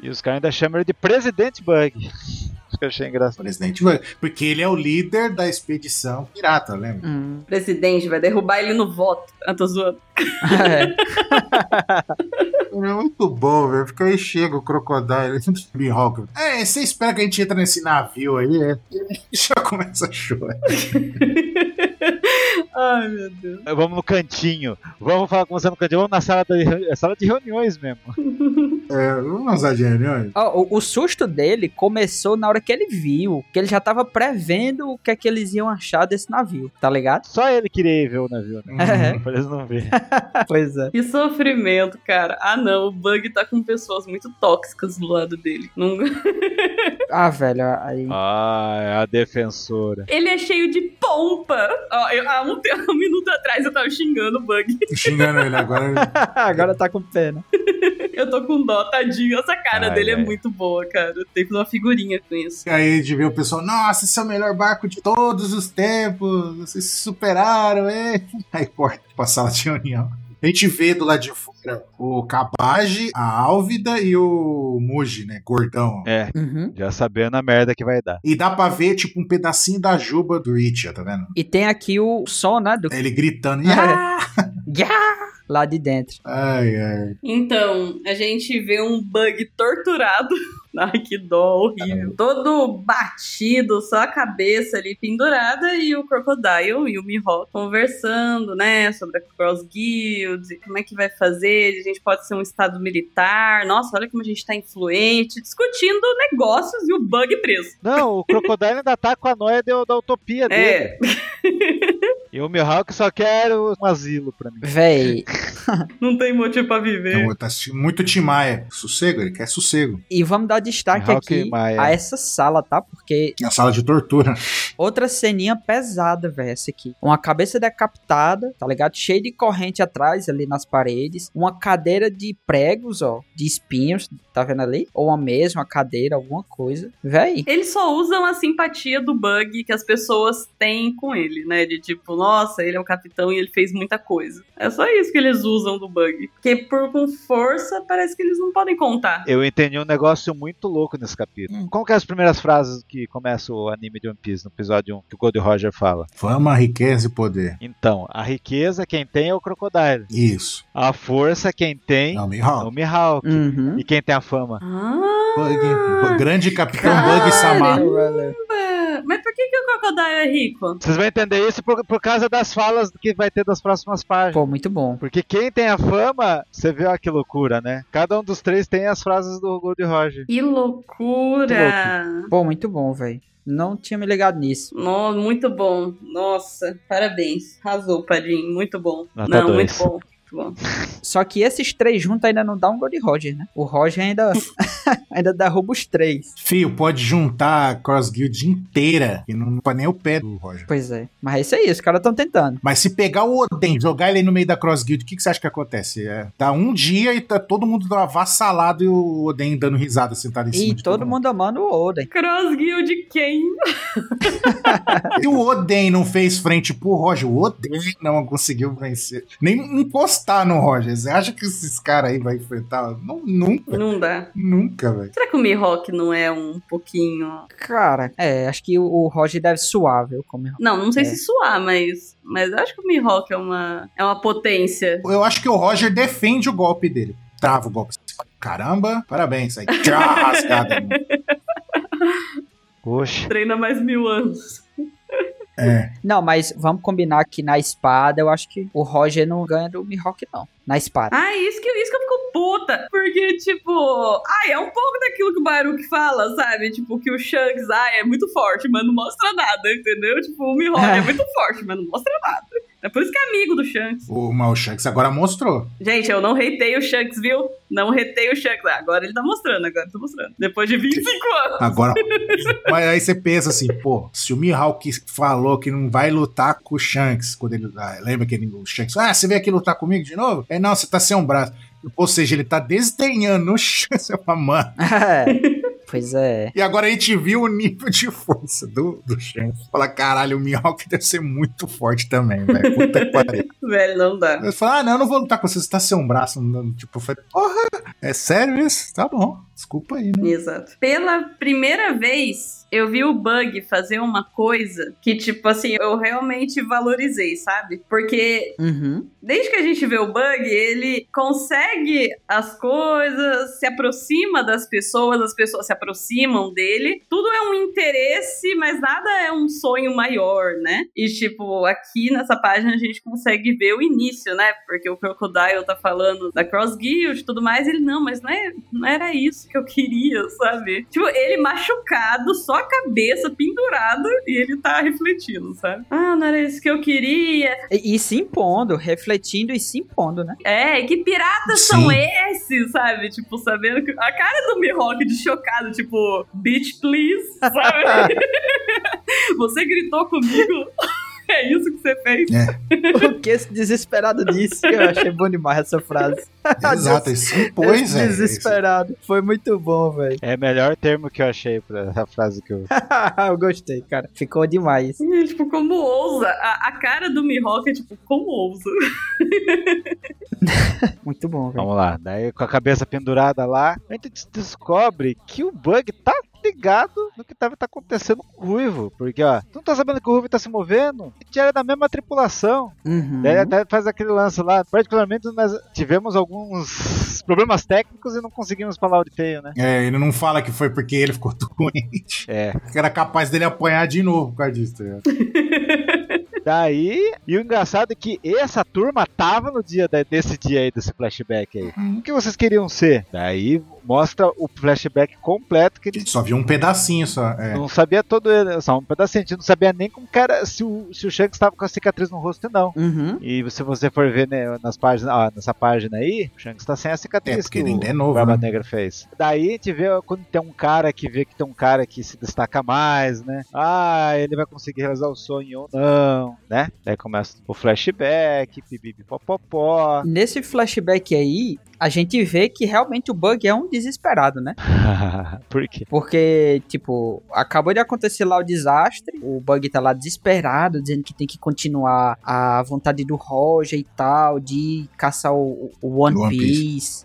E os caras ainda chamam ele de Presidente Bug. Isso que eu achei engraçado. Presidente vai. Porque ele é o líder da expedição pirata, lembra? (laughs) Hum. O presidente vai derrubar ele no voto. Ah, tô zoando. (laughs) É. É muito bom, velho. Porque aí chega o Crocodile. (laughs) Jimmy Hawk. É, você espera que a gente entre nesse navio aí, é. (laughs) Já começa a chorar. Ai, meu Deus. Vamos no cantinho. Vamos falar com você no cantinho. Vamos na sala de, reu- sala de reuniões mesmo. É, vamos lançar de reuniões? Ó, o, o susto dele começou na hora que ele viu, que ele já tava prevendo o que é que eles iam achar desse navio, tá ligado? Só ele queria ir ver o navio, né? É. Hum, Pra eles não verem. Pois é. Que sofrimento, cara. Ah, não. O Bug tá com pessoas muito tóxicas do lado dele. Não- (laughs) Ah, velho, aí. (laughs) Ah, é a defensora. Ele é cheio de pompa. Ó, eu- há um, te- (laughs) um minuto atrás eu tava xingando o Bug. Xingando ele agora. (laughs) (laughs) Agora tá com pena. Eu tô com dó, tadinho. Essa cara Ai, dele é ai. muito boa, cara. Eu tenho que fazer uma figurinha com isso. Aí de ver o pessoal, nossa, esse é o melhor barco de todos os tempos. Vocês se superaram, hein? (laughs) Aí corta pra sala de reunião. A gente vê do lado de fora o Cabage, a Álvida e o Muji, né? Gordão. É, Uhum. já sabendo a merda que vai dar. E dá pra ver, tipo, um pedacinho da juba do Richard, tá vendo? E tem aqui o som, né? Do. Ele gritando. "Ah!" Gá! Lá de dentro. Ai, ai. Então, a gente vê um bug torturado. (laughs) Ai, que dó, horrível. Todo batido, só a cabeça ali pendurada e o Crocodile e o Mihawk conversando, né, sobre a Cross Guild, como é que vai fazer, a gente pode ser um estado militar, nossa, olha como a gente tá influente, discutindo negócios e o bug preso. Não, o Crocodile ainda tá com a noia de- da utopia dele. É, (laughs) E o Mihawk só quer um asilo pra mim. Véi, não tem motivo pra viver. Não, tá assistindo muito Timaya. Sossego? Ele quer sossego. e vamos dar destaque Rock aqui Maia. a essa sala, tá? Porque Na sala de tortura. outra ceninha pesada, velho, essa aqui. Uma cabeça decapitada, tá ligado? Cheia de corrente atrás ali nas paredes. Uma cadeira de pregos, ó, de espinhos, tá vendo ali? Ou uma mesa, uma cadeira, alguma coisa. Véi, Eles só usam a simpatia do bug que as pessoas têm com ele, né? De tipo, nossa, ele é um capitão e ele fez muita coisa. É só isso que eles usam do bug. Porque por com força parece que eles não podem contar. Eu entendi um negócio muito louco nesse capítulo. Como que é as primeiras frases que começa o anime de One Piece, no episódio 1, que o Gold Roger fala? Fama, riqueza e poder. Então, a riqueza quem tem é o Crocodile. Isso. A força quem tem Não, me é o rola. Mihawk. Uhum. E quem tem a fama? Ah, Bug. Grande capitão um Caralho. Bug Samar. é. mas por que, que o Crocodile é rico? Vocês vão entender isso por, por causa das falas que vai ter das próximas páginas. Pô, muito bom. Porque quem tem a fama, você vê, ó, que loucura, né? Cada um dos três tem as frases do Gold Roger. Que loucura! Pô, muito bom, véi. Não tinha me ligado nisso. No, muito bom. Nossa, parabéns. Arrasou, Padim. Muito bom. Nota não, dois. muito bom. Muito bom. Só que esses três juntos ainda não dá um gol de Roger, né? O Roger ainda, (laughs) ainda derruba os três. Fio, pode juntar a Cross Guild inteira. E não para nem o pé do Roger. Pois é. Mas é isso aí, os caras estão tentando. Mas se pegar o Oden, jogar ele aí no meio da Cross Guild, o que, que você acha que acontece? É, dá um dia e tá todo mundo avassalado e o Oden dando risada sentado em cima. E de todo mundo amando o Oden. Cross Guild quem? E o Oden não fez frente pro Roger. O Oden não conseguiu vencer. Nem encostar no Roger. Você acha que esses caras aí vai enfrentar? Não, nunca. Não dá. Nunca, velho. Será que o Mihawk não é um pouquinho Cara, é, acho que o, o Roger deve suar, viu? Como é. Não, não sei É. se suar, mas, mas eu acho que o Mihawk é uma, é uma potência. Eu acho que o Roger defende o golpe dele. Trava o golpe. Caramba, parabéns. Aí, tchá, (laughs) rasgada. irmão. Poxa. Treina mais mil anos. É. Não, mas vamos combinar que na espada, eu acho que o Roger não ganha do Mihawk, não. Na espada. Ah, isso que, isso que eu fico puta. Porque, tipo, ai, é um pouco daquilo que o Baruch fala, sabe? Tipo, que o Shanks, ai, é muito forte, mas não mostra nada, entendeu? Tipo, o Mihawk é muito forte, mas não mostra nada. É por isso que é amigo do Shanks. O Mal Shanks agora mostrou. Gente, eu não retei o Shanks, viu? Não retei o Shanks. Ah, agora ele tá mostrando, agora ele tá mostrando. Depois de 25 anos. Agora. Mas aí você pensa assim, pô, se o Mihawk falou que não vai lutar com o Shanks, quando ele. ah, lembra que ele, o Shanks. Ah, você veio aqui lutar comigo de novo? É, não, você tá sem um braço. Ou seja, ele tá desdenhando o Shanks. (laughs) Eu falo, Mano. pois (laughs) é. E agora a gente viu o nível de força do, do Shanks. Fala, caralho, o Mihawk deve ser muito forte também, velho. Puta que pariu. Velho, não dá. Ele fala, ah, não, eu não vou lutar com você, você tá sem um braço. não- Tipo, eu falei, porra, é sério isso? Tá bom. Desculpa aí, né? Exato. Pela primeira vez, eu vi o Bug fazer uma coisa que, tipo assim, eu realmente valorizei, sabe? Porque Uhum. desde que a gente vê o Bug, ele consegue as coisas, se aproxima das pessoas, as pessoas se aproximam dele. Tudo é um interesse, mas nada é um sonho maior, né? E, tipo, aqui nessa página a gente consegue ver o início, né? Porque o Crocodile tá falando da Cross Guild e tudo mais. Ele, não, mas não, é, não era isso que eu queria, (laughs) sabe? Tipo, ele machucado, só a cabeça pendurado e ele tá refletindo, sabe? Ah, não era isso que eu queria. E, e se impondo, refletindo e se impondo, né? (laughs) É, que piratas Sim. são esses, sabe? Tipo, sabendo que. A cara do Mihawk de chocado, tipo, bitch, please, (laughs) sabe? você gritou comigo. (laughs) É isso que você fez. O que esse desesperado disse? Eu achei bom demais essa frase. Exato, isso impôs, Esse velho. Desesperado. Foi muito bom, velho. É o melhor termo que eu achei pra a frase que eu. (laughs) eu gostei, cara. Ficou demais. E, tipo, como ousa? A, a cara do Mihawk é tipo, como ousa? Muito bom, velho. Vamos lá. Daí com a cabeça pendurada lá, a gente des- descobre que o bug tá ligado no que tava tá acontecendo com o Ruivo. Porque, ó, tu não tá sabendo que o Ruivo tá se movendo? A gente era da mesma tripulação. Uhum. Daí ele até faz aquele lance lá. Particularmente, nós tivemos alguns problemas técnicos e não conseguimos falar o feio, né? É, ele não fala que foi porque ele ficou (laughs) doente. É. Que era capaz dele apanhar de novo por causa disso. tá ligado? Daí, e o engraçado é que essa turma tava no dia da- desse dia aí, desse flashback aí. O que vocês queriam ser? Daí mostra o flashback completo que A ele gente só viu um pedacinho só. É. não sabia todo ele, só um pedacinho. A gente não sabia nem como cara, se o, se o Shanks tava com a cicatriz no rosto, não. Uhum. E se você for ver né, nas páginas, ó, nessa página aí, o Shanks tá sem a É, cicatriz. porque que ele o- ainda é o novo. Barba né? Negra fez. Daí a gente vê quando tem um cara que vê que tem um cara que se destaca mais, né? Ah, ele vai conseguir realizar o sonho ou não, né? Daí começa o flashback, pipipipopopó. (laughs) Nesse flashback aí, a gente vê que realmente o Bug é um desesperado, né? Por quê? Porque, tipo, acabou de acontecer lá o desastre, o Bug tá lá desesperado, dizendo que tem que continuar a vontade do Roger e tal, de caçar o, o One, Do One Piece.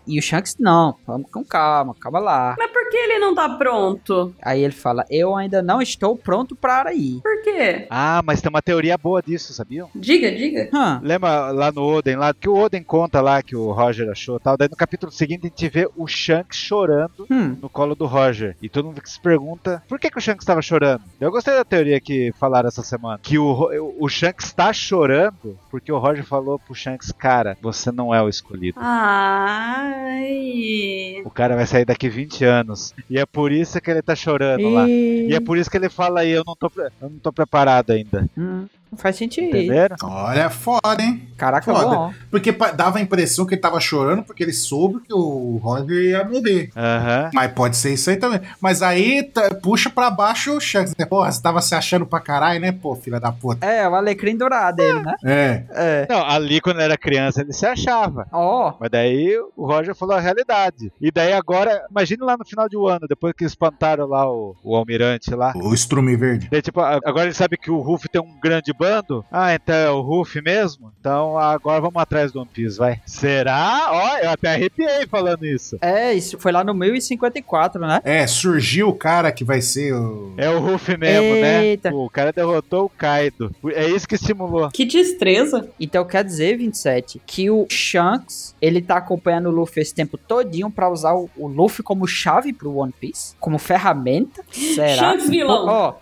Piece. E o Shanks, não, vamos com calma, calma lá. Mas por que ele não tá pronto? Aí ele fala, eu ainda não estou pronto para ir. Por quê? Ah, mas tem uma teoria boa disso, sabiam? Diga, diga. Hã? Lembra lá no Oden, lá que o Oden conta lá que o Roger achou e tal. Daí no capítulo seguinte a gente vê o Shanks chorando Hum. no colo do Roger. E todo mundo que se pergunta por que, que o Shanks estava chorando. Eu gostei da teoria que falaram essa semana. Que o, Ro- o Shanks tá chorando porque o Roger falou pro Shanks, cara, você não é o escolhido. Ai. O cara vai sair daqui 20 anos. E é por isso que ele tá chorando lá. E é por isso que ele fala aí, eu não tô, pre- eu não tô preparado ainda. Hum, não faz sentido. Entenderam? Olha, é foda, hein? Caraca, Foda. bom. Porque pa- dava a impressão que ele tava chorando porque ele soube que o Roger ia morrer. Aham. Mas pode ser isso aí também. Mas aí tá- puxa pra baixo o Shanks, né? Porra, você tava se achando pra caralho, né, pô, filha da puta? É, o alecrim dourado ele, né? É. É. Não, ali quando ele era criança ele se achava. Ó, Mas daí o Roger falou a realidade. E daí agora, imagina lá no final de um ano, depois que espantaram lá o, o almirante lá. O estrume verde. Daí, tipo, a- agora ele sabe que o Ruff tem um grande bando. Ah, então é o Ruff mesmo? Então agora vamos atrás do One Piece, vai. Será? Ó, eu até arrepiei falando isso. é, isso foi lá no 1054, né? É, surgiu o cara que vai ser o. É o Ruff mesmo, Eita. né? O cara derrotou o Kaido. É isso que estimulou. Que destreza. Então quer dizer, 27, que o Shanks, ele tá acompanhando o Luffy esse tempo todinho pra usar o, o Luffy como chave pro One Piece? Como ferramenta? Será? Shanks vilão. Ó,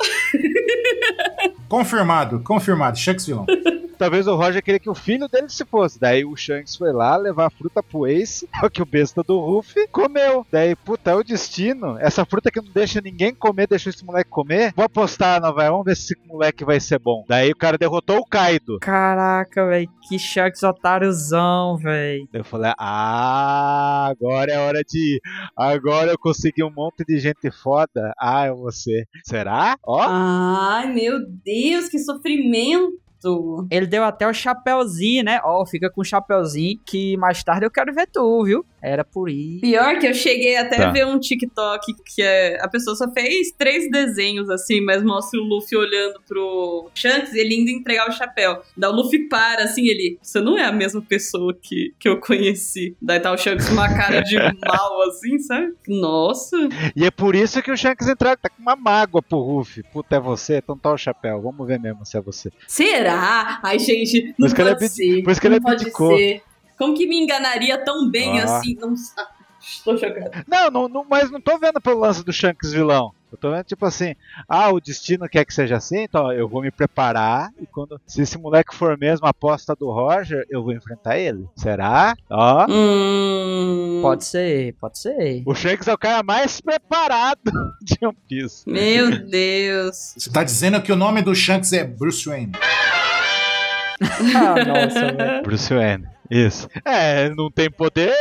Confirmado, confirmado. Shanks vilão. Talvez o Roger queria que o filho dele se fosse. Daí o Shanks foi lá levar a fruta pro Ace, (laughs) só que o besta do Ruffy comeu. Daí, puta, é o destino. Essa fruta que não deixa ninguém comer, deixou esse moleque comer. Vou apostar, não vai? Vamos ver se esse moleque vai ser bom. Daí o cara derrotou o Kaido. caraca, velho, que Shanks otáriozão, velho. Daí Eu falei, ah, agora é hora de ir. Agora eu consegui um monte de gente foda. Ah, é você. Será? Ó, Ai, meu Deus, que sofrimento. Ele deu até o chapéuzinho, né? Ó, fica com o chapéuzinho que mais tarde eu quero ver tu, viu? Era por ir. Pior que eu cheguei até Tá. a ver um TikTok que é, a pessoa só fez três desenhos assim, mas mostra o Luffy olhando pro Shanks e ele indo entregar o chapéu. Daí o Luffy para assim, ele, você não é a mesma pessoa que, que eu conheci. Daí tá o Shanks com uma cara (laughs) de mal assim, sabe? Nossa. E é por isso que o Shanks entra, tá com uma mágoa pro Ruffy. Puta, é você? Então tá o chapéu. Vamos ver mesmo se é você. Será? Ai, gente, não Por isso que pode ele é ser. por isso que não ele é pode bidicô. ser. Como que me enganaria tão bem Ah. assim? Não sabe. Estou chocada. Não, não, não- mas não tô vendo pelo lance do Shanks vilão. Eu tô vendo tipo assim, ah, o destino quer que seja assim, então eu vou me preparar e quando se esse moleque for mesmo a aposta do Roger, eu vou enfrentar ele. Será? Ó, Hum. Pode ser, pode ser. o Shanks é o cara mais preparado (laughs) de One Piece. Meu Deus. Você tá dizendo que o nome do Shanks é Bruce Wayne. Ah, nossa, velho. Bruce Wayne. Isso. É, não tem poder,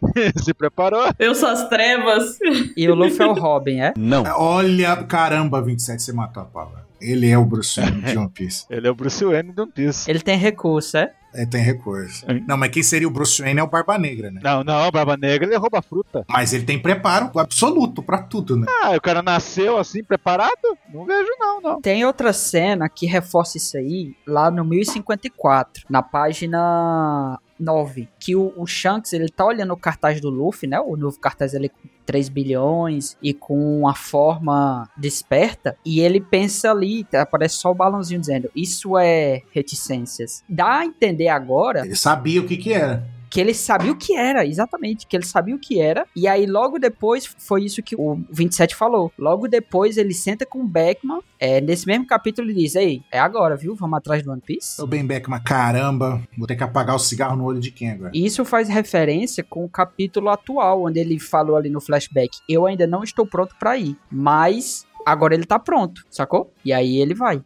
(laughs) se preparou. Eu sou as trevas. E o Luffy é o Robin, é? Não. Olha, caramba, 27, você matou a palavra. Ele é o Bruce Wayne de One Piece. Ele é o Bruce Wayne de One Piece. Ele tem recurso, é? É, tem recurso. Hein? Não, mas quem seria o Bruce Wayne é o Barba Negra, né? Não, não, Barba Negra, ele rouba fruta. Mas ele tem preparo absoluto pra tudo, né? Ah, o cara nasceu assim, preparado? Não vejo não, não. Tem outra cena que reforça isso aí, lá no 1054, na página 9, que o, o Shanks, ele tá olhando o cartaz do Luffy, né? O novo cartaz ele com 3 bilhões e com a forma desperta, e ele pensa ali, tá, aparece só o balãozinho dizendo, isso é reticências. Dá a entender agora Ele sabia o que que era. que ele sabia o que era, exatamente, que ele sabia o que era. E aí, logo depois, foi isso que o 27 falou. Logo depois, ele senta com o Beckman. É, nesse mesmo capítulo, ele diz: Ei, é agora, viu? Vamos atrás do One Piece. Ô, Ben Beckman, caramba, vou ter que apagar o cigarro no olho de quem agora? E isso faz referência com o capítulo atual, onde ele falou ali no flashback: Eu ainda não estou pronto pra ir, mas agora ele tá pronto, sacou? E aí ele vai.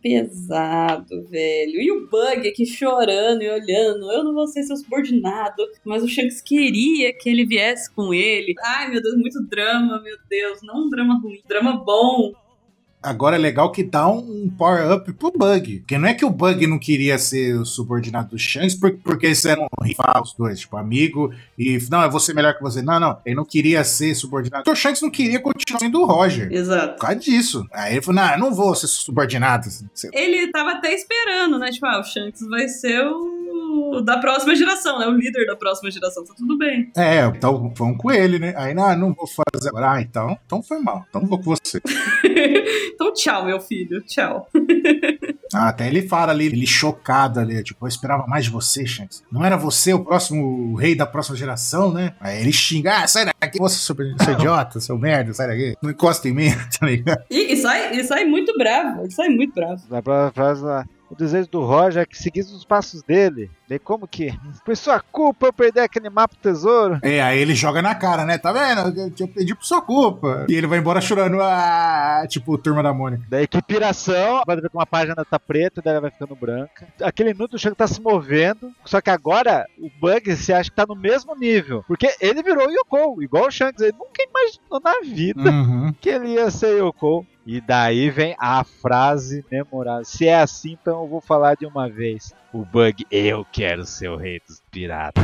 Pesado, velho. E o Bug aqui chorando e olhando. Eu não vou ser seu subordinado. Mas o Shanks queria que ele viesse com ele. Ai, meu Deus, muito drama, meu Deus. Não um drama ruim, drama bom. Agora é legal que dá um, um power-up pro Bug. Porque não é que o Bug não queria ser o subordinado do Shanks por- porque eles eram rival, os dois, tipo, amigo, e não, eu vou ser melhor que você. Não, não, ele não queria ser subordinado. Porque o Shanks não queria continuar sendo o Roger. Por Exato. causa disso. Aí ele falou, não, eu não vou ser subordinado. Ele tava até esperando, né? Tipo, ah, o Shanks vai ser o da próxima geração, né? O líder da próxima geração. Tá tudo bem. (laughs) É, então vão com ele, né? Aí, não, eu não vou fazer agora. Ah, então, então foi mal. Então vou com você. então, tchau, meu filho. Tchau. Ah, até ele fala ali, ele chocado ali, tipo, eu esperava mais de você, Shanks. Não era você o próximo rei da próxima geração, né? Aí ele xinga, ah, sai daqui, você seu, seu idiota, seu merda, sai daqui. Não encosta em mim, (laughs) tá ligado? E, e sai, e sai muito bravo. Ele sai muito bravo. Na próxima frase lá. O desejo do Roger é que seguisse os passos dele. Daí como que? (laughs) Foi sua culpa eu perder aquele mapa do tesouro? É, aí ele joga na cara, né? Tá vendo? Eu, eu pedi por sua culpa. E ele vai embora chorando, ah, tipo, turma da Mônica. Daí que piração, vai ver que uma página tá preta, daí ela vai ficando branca. Aquele inútil chega tá se movendo, só que agora o Bug se acha que tá no mesmo nível. Porque ele virou Yoko, igual o Shanks. Ele nunca imaginou na vida Uhum. que ele ia ser Yoko. E daí vem a frase memorável. Se é assim, então eu vou falar de uma vez. O Bug, eu quero ser o rei dos piratas.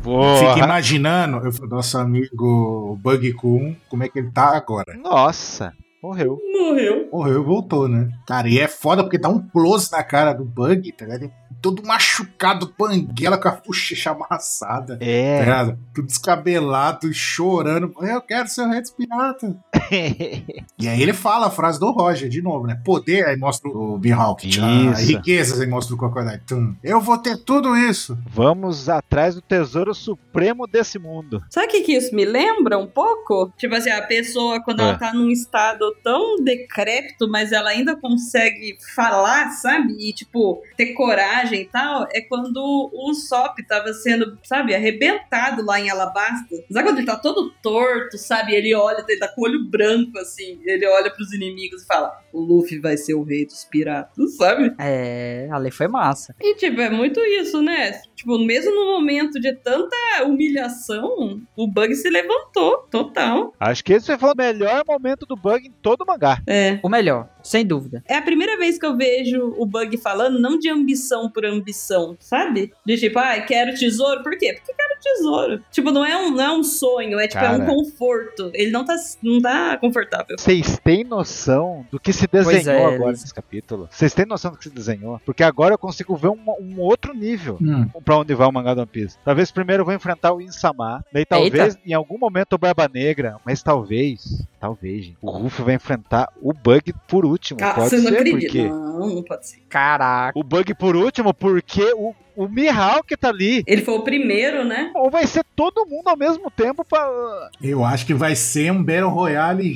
Fica Porra. imaginando, eu falei, nosso amigo Bug Kun, como é que ele tá agora? Nossa, morreu. Morreu. Morreu e voltou, né? Cara, e é foda porque dá um close na cara do Bug, tá ligado? Todo machucado, panguela com a bochecha amassada. Tá É. ligado? Tudo descabelado, chorando. Eu quero ser o Red Pirata. (laughs) E aí ele fala a frase do Roger de novo, né? Poder, aí mostra o Mihawk. tchá, Isso. Riquezas, aí mostra o Crocodile. Tum. Eu vou ter tudo isso. Vamos atrás do tesouro supremo desse mundo. Sabe o que, que isso me lembra um pouco? Tipo assim, a pessoa, quando É. ela tá num estado tão decrépito, mas ela ainda consegue falar, sabe? E, tipo, ter coragem e tal, é quando o Sop tava sendo, sabe, arrebentado lá em Alabasta. Sabe quando ele tá todo torto, sabe? Ele olha, ele tá com o olho branco, assim. Ele olha pros inimigos e fala: O Luffy vai ser o rei dos piratas, sabe? É, ali foi massa. E, tipo, é muito isso, né? Tipo, mesmo no momento de tanta humilhação, o Bug se levantou, total. Acho que esse foi o melhor momento do Bug em todo o mangá. É. O melhor, sem dúvida. É a primeira vez que eu vejo o Bug falando, não de ambição por ambição, sabe? De tipo, ah, quero tesouro, por quê? Porque quero tesouro. Tipo, não é um, não é um sonho, é tipo, é um Cara. conforto. Ele não tá, não tá confortável. Vocês têm noção do que se desenhou é, agora eles- nesse capítulo? Vocês têm noção do que se desenhou? Porque agora eu consigo ver um, um outro nível Hum. pra onde vai o mangá do One Piece. Talvez primeiro eu vou enfrentar o Insama, daí talvez em algum momento o Barba Negra, mas talvez, talvez, gente, o Ruffy vai enfrentar o Bug por último. Ah, pode você não ser, acredita. porque Não, não pode ser. Caraca. o Bug por último, porque o, o Mihawk tá ali. Ele foi o primeiro, né? Ou vai ser todo mundo ao mesmo tempo pra, Eu acho que vai ser um Battle Royale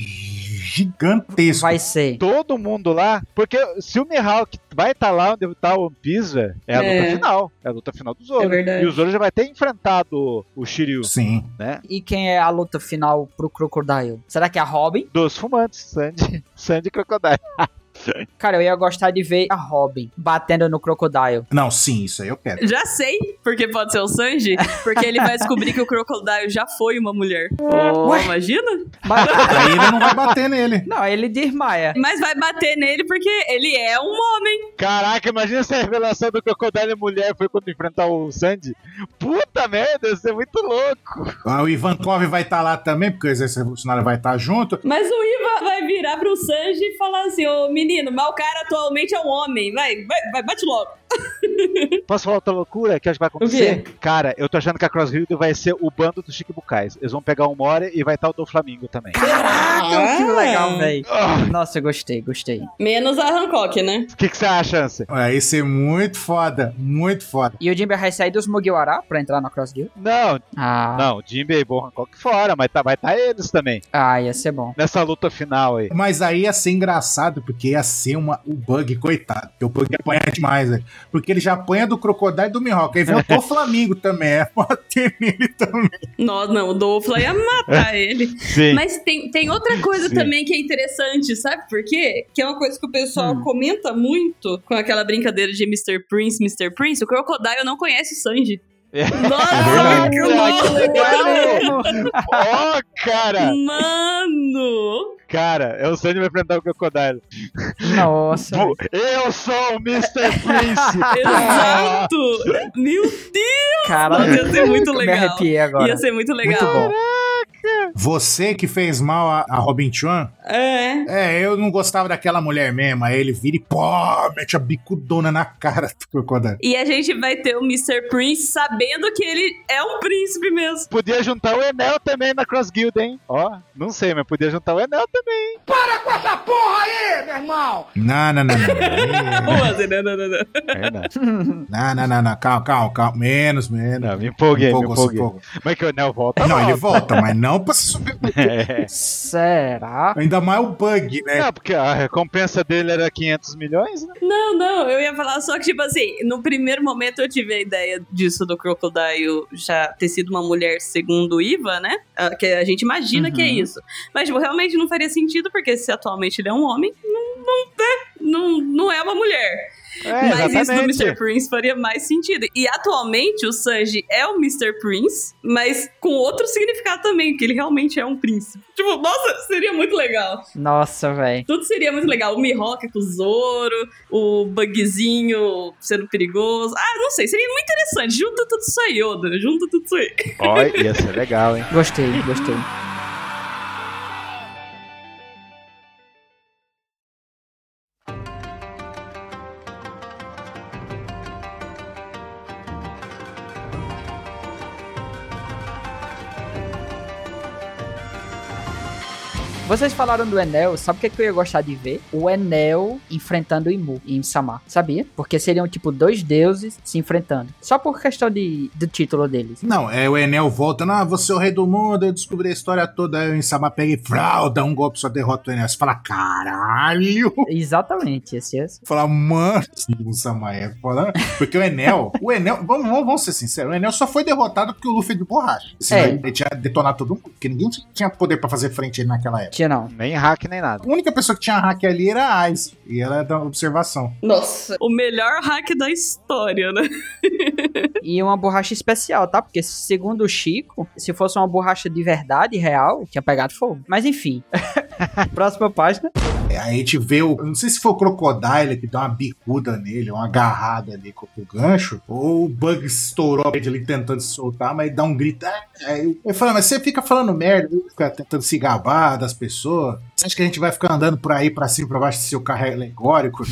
gigantesco. Vai ser. todo mundo lá, porque se o Mihawk vai estar lá onde tá o One Piece, velho, é a É. luta final. É a luta final do Zoro. É verdade. e o Zoro já vai ter enfrentado o Shiryu, Sim. né? E quem é a luta final pro Crocodile? Será que é a Robin? Dos fumantes, Sandy, (laughs) Sandy e Crocodile. Cara, eu ia gostar de ver a Robin batendo no Crocodile. Não, sim, isso aí eu quero. Já sei, porque pode ser o Sanji, porque ele vai descobrir que o Crocodile já foi uma mulher. Oh. Ué? imagina? Mas- (laughs) Aí ele não vai bater nele. não, ele desmaia. Mas vai bater nele porque ele é um homem. Caraca, imagina se a revelação do Crocodile mulher foi quando enfrentar o Sandy. Puta merda, isso é muito louco. Ah, O Ivankov vai estar lá também, porque o exército revolucionário vai estar junto. Mas o Iva vai virar pro Sanji e falar assim: Ô menino, mas o cara atualmente é um homem. Vai, vai, vai bate logo. Posso falar outra loucura que acho que vai acontecer? Cara, eu tô achando que a Cross Hill vai ser o bando dos Chiquibukais. Eles vão pegar um More e vai estar o do Flamingo também. Caraca, que legal, velho. Ah, Nossa, eu gostei, gostei. Menos a Hancock, né? O que que você acha, Chance? Vai Ah, ser muito foda, muito foda. E o Jimbe vai sair dos Mugiwara pra entrar na Cross Guild? Não, Ah, Não, o Jimbe e Bo Hancock fora, mas tá, vai tá eles também ah, ia ser bom. nessa luta final aí. Mas aí ia ser engraçado, porque ia ser uma, o bug, coitado. Porque o bug apanha demais, velho. Porque ele já apanha do Crocodile e do Mihawk. Aí vem o Flamengo também. É (laughs) bater nele também. Nós não, o Dofla ia matar ele. É. Sim. Mas tem, tem outra coisa Sim. também que é interessante, sabe por quê? Que é uma coisa que o pessoal Hum. comenta muito com aquela brincadeira de Mr. Prince, Mr. Prince. O Crocodile não conhece o Sanji. É. Nossa, que louco! Ó, cara! (laughs) Mano! Cara, é o Sandy vai enfrentar o Crocodile. Nossa. Pô, Eu sou o Mr. (laughs) Prince! Exato! Meu (laughs) Deus! Cara, Nossa, ia ser muito me legal. arrepiei agora. Ia ser muito legal. Muito bom. Você que fez mal a, a Robin Chuan, É. É, eu não gostava daquela mulher mesmo. Aí ele vira e pô, mete a bicudona na cara do Crocodile. E a gente vai ter o Mr. Prince sabendo que ele é um príncipe mesmo. Podia juntar o Enel também na Cross Guild, hein? Ó, não sei, mas podia juntar o Enel também. (laughs) Não, não, não, não. Boa, Zé, não, não, não, não. É, não. Não, não, não, não. Calma, calma, calma. Menos, menos. Não, me empolguei, me Empolgou, se empolguei. empolgou. Mas que o Enel volta. Não, ele volta. volta, mas não pra subir. É. Será? Ainda mais o bug, né? Não, É, porque a recompensa dele era 500 milhões, né? Não, não, eu ia falar só que, tipo assim, no primeiro momento eu tive a ideia disso do Crocodile já ter sido uma mulher segundo o Iva, né? Ah, Que a gente imagina Uhum. que é isso. Mas, tipo, realmente não faria sentido, porque se atualmente ele é um homem, não, não, né? não, não é uma mulher. É, mas isso do exatamente. Mr. Prince faria mais sentido. E atualmente o Sanji é o Mr. Prince, mas com outro significado também, que ele realmente é um príncipe. Tipo, nossa, seria muito legal. Nossa, velho. Tudo seria muito legal. O Mihawk com o Zoro, o Bugzinho sendo perigoso. Ah, não sei, seria muito interessante. Junta tudo isso aí, Oda. Junta tudo isso aí. Ó, ia ser legal, hein? Gostei, gostei. Vocês falaram do Enel, sabe o que, que eu ia gostar de ver? O Enel enfrentando o Imu em Samar, sabia? Porque seriam tipo dois deuses se enfrentando. Só por questão de, do título deles. (laughs) Não, é o Enel volta. Ah, você é o rei do mundo, eu descobri a história toda. Aí o Insama pega e frauda um golpe, só derrota o Enel. Você fala, caralho! Exatamente, esse é. Falar, mano, o Samai é foda. Porque o Enel, o Enel, vamos, vamos- vamos ser sinceros, o Enel só foi derrotado porque o Luffy é de borracha. Senão É. ele tinha detonado todo mundo, porque ninguém tinha poder pra fazer frente a ele naquela época. Tinha não. Nem hack, nem nada. A única pessoa que tinha hack ali era a Ice, e ela é da observação. Nossa. O melhor hack da história, (laughs) né? E uma borracha especial, tá? Porque segundo o Chico, se fosse uma borracha de verdade, real, tinha pegado fogo. Mas enfim. (laughs) Próxima página. É, a gente vê o. eu Não sei se foi o Crocodile que dá uma bicuda nele, uma agarrada ali com o gancho, ou o Bug estourou a rede ali tentando se soltar, mas dá um grito. "Ah!" Aí eu- eu falo, mas você fica falando merda, fica tentando se gabar das pessoas. Você acha que a gente vai ficar andando por aí, pra cima e pra baixo, se seu carro é alegórico?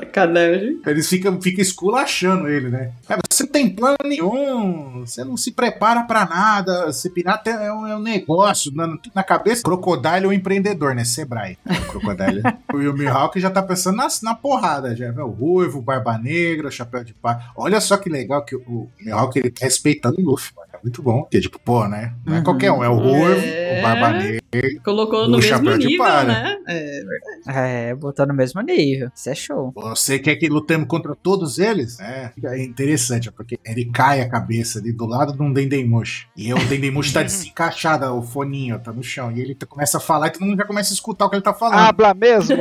Sacanagem. Então, Eles ficam, ficam esculachando ele, né? É, mas você não tem plano nenhum, você não se prepara pra nada, ser pirata é um, é um negócio. Na, na cabeça, Crocodile é um empreendedor, né? Sebrae. É o Crocodile. (laughs) e o Mihawk já tá pensando nas- na, porrada, já. né? O ruivo, barba negra, chapéu de pá. Olha só que legal que o, o Mihawk, ele tá respeitando o Luffy, mano. É muito bom. Que tipo, pô, né? Não é Uhum. qualquer um, é o ruivo, É. o barba negra. Colocou O no mesmo chapéu de nível, palha. né? É, É, botar no mesmo nível. Isso é show. Você quer que lutemos contra todos eles? É, é interessante, porque ele cai a cabeça ali do lado de um Dendemush. E o Dendemush tá desencaixado, o foninho tá no chão. E ele começa a falar e todo mundo já começa a escutar o que ele tá falando. Habla mesmo?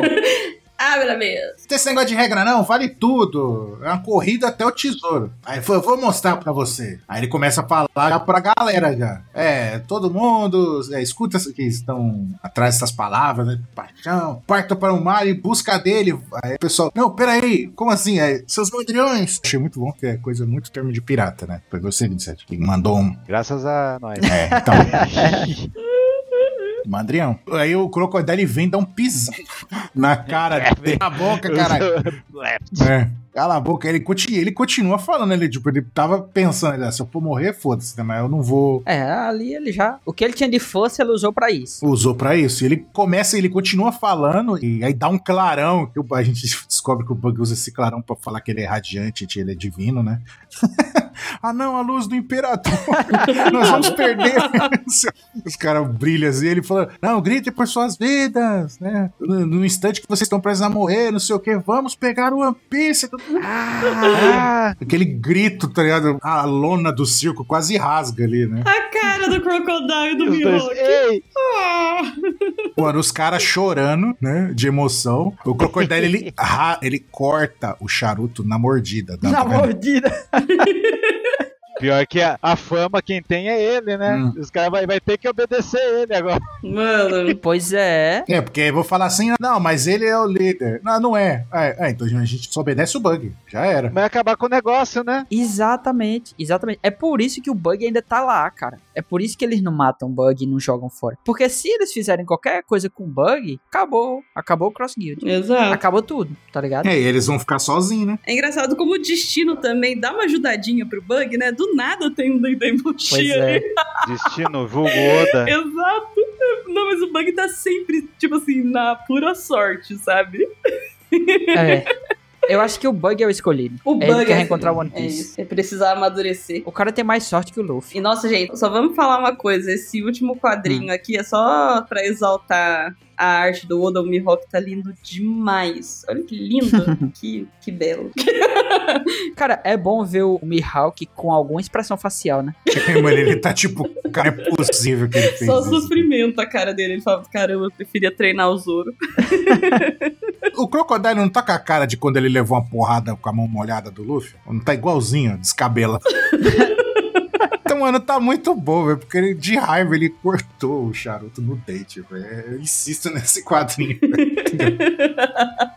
Abra mesmo. Não tem esse negócio de regra, não, vale tudo. É uma corrida até o tesouro. Aí ele falou, eu vou mostrar pra você. Aí ele começa a falar já pra galera já. É, todo mundo, é, escuta isso que estão atrás dessas palavras, né? Paixão, parta para o mar e busca dele. Aí o pessoal, não, peraí, como assim? É, seus mandriões. Achei muito bom, que é coisa muito termo de pirata, né? Foi você, 27, que mandou um. Graças a nós. É, então. Mandrião. Aí o Crocodile vem dar um pisão na cara, dele. na boca, (laughs) caralho. É. Cala a boca, ele, conti- ele continua falando, ele, tipo, ele tava pensando, ele, ah, se eu for morrer, foda-se, né, mas eu não vou. É, ali ele já. O que ele tinha de força, ele usou pra isso. Usou pra isso. E Ele começa, ele continua falando, e aí dá um clarão, que o- a gente (laughs) descobre que o Bug usa esse clarão pra falar que ele é radiante, que ele é divino, né? (laughs) ah, não, a luz do imperador, (laughs) nós vamos perder. (laughs) Os caras brilham assim, ele fala, não, grite por suas vidas, né? No, no instante que vocês estão prestes a morrer, não sei o que, vamos pegar o tá One Piece, Ah, Aquele grito, tá ligado? A lona do circo quase rasga ali, (laughs) né? A cara do Crocodile e do os dois. Mihawk. Ei! Ah. Mano, os caras chorando, né? De emoção. O Crocodile, ele, ra- ele corta o charuto na mordida. Dá Na pra ver? mordida. Pior que a, a fama quem tem é ele, né? Hum. Os caras vai, vai ter que obedecer ele agora. Mano, (laughs) Pois é. É, porque eu vou falar assim, não, mas ele é o líder. Não, não é. É, é, então a gente só obedece o bug. Já era. Vai acabar com o negócio, né? Exatamente, exatamente. É por isso que o bug ainda tá lá, cara. É por isso que eles não matam o bug e não jogam fora. Porque se eles fizerem qualquer coisa com o bug, acabou. Acabou o Cross Guild. exato. Acabou tudo, tá ligado? É, e eles vão ficar sozinhos, né? (laughs) É engraçado como o destino também dá uma ajudadinha pro Bug, né? Do nada tem um Pois Dendemushi ali. é. Destino, vulgo Oda. Exato. Não, mas o Bug tá sempre, tipo assim, na pura sorte, sabe? É. Eu acho que o bug é o escolhido. O É, ele quer reencontrar o One Piece. É isso. Ele precisa amadurecer. O cara tem mais sorte que o Luffy. E nossa, gente, só vamos falar uma coisa. Esse último quadrinho aqui é só pra exaltar a arte do Oda. O Mihawk tá lindo demais. Olha que lindo. que, que belo. Cara, é bom ver o Mihawk com alguma expressão facial, né? Mano, ele tá tipo, cara, é possível que ele fez Só isso. sofrimento a cara dele. Ele fala, caramba, eu preferia treinar o Zoro. O Crocodile não tá com a cara de quando ele levou uma porrada com a mão molhada do Luffy? Não tá igualzinho, descabela. então, mano, tá muito bom, velho, porque ele, de raiva ele cortou o charuto no dente, velho. Eu insisto nesse quadrinho. (laughs)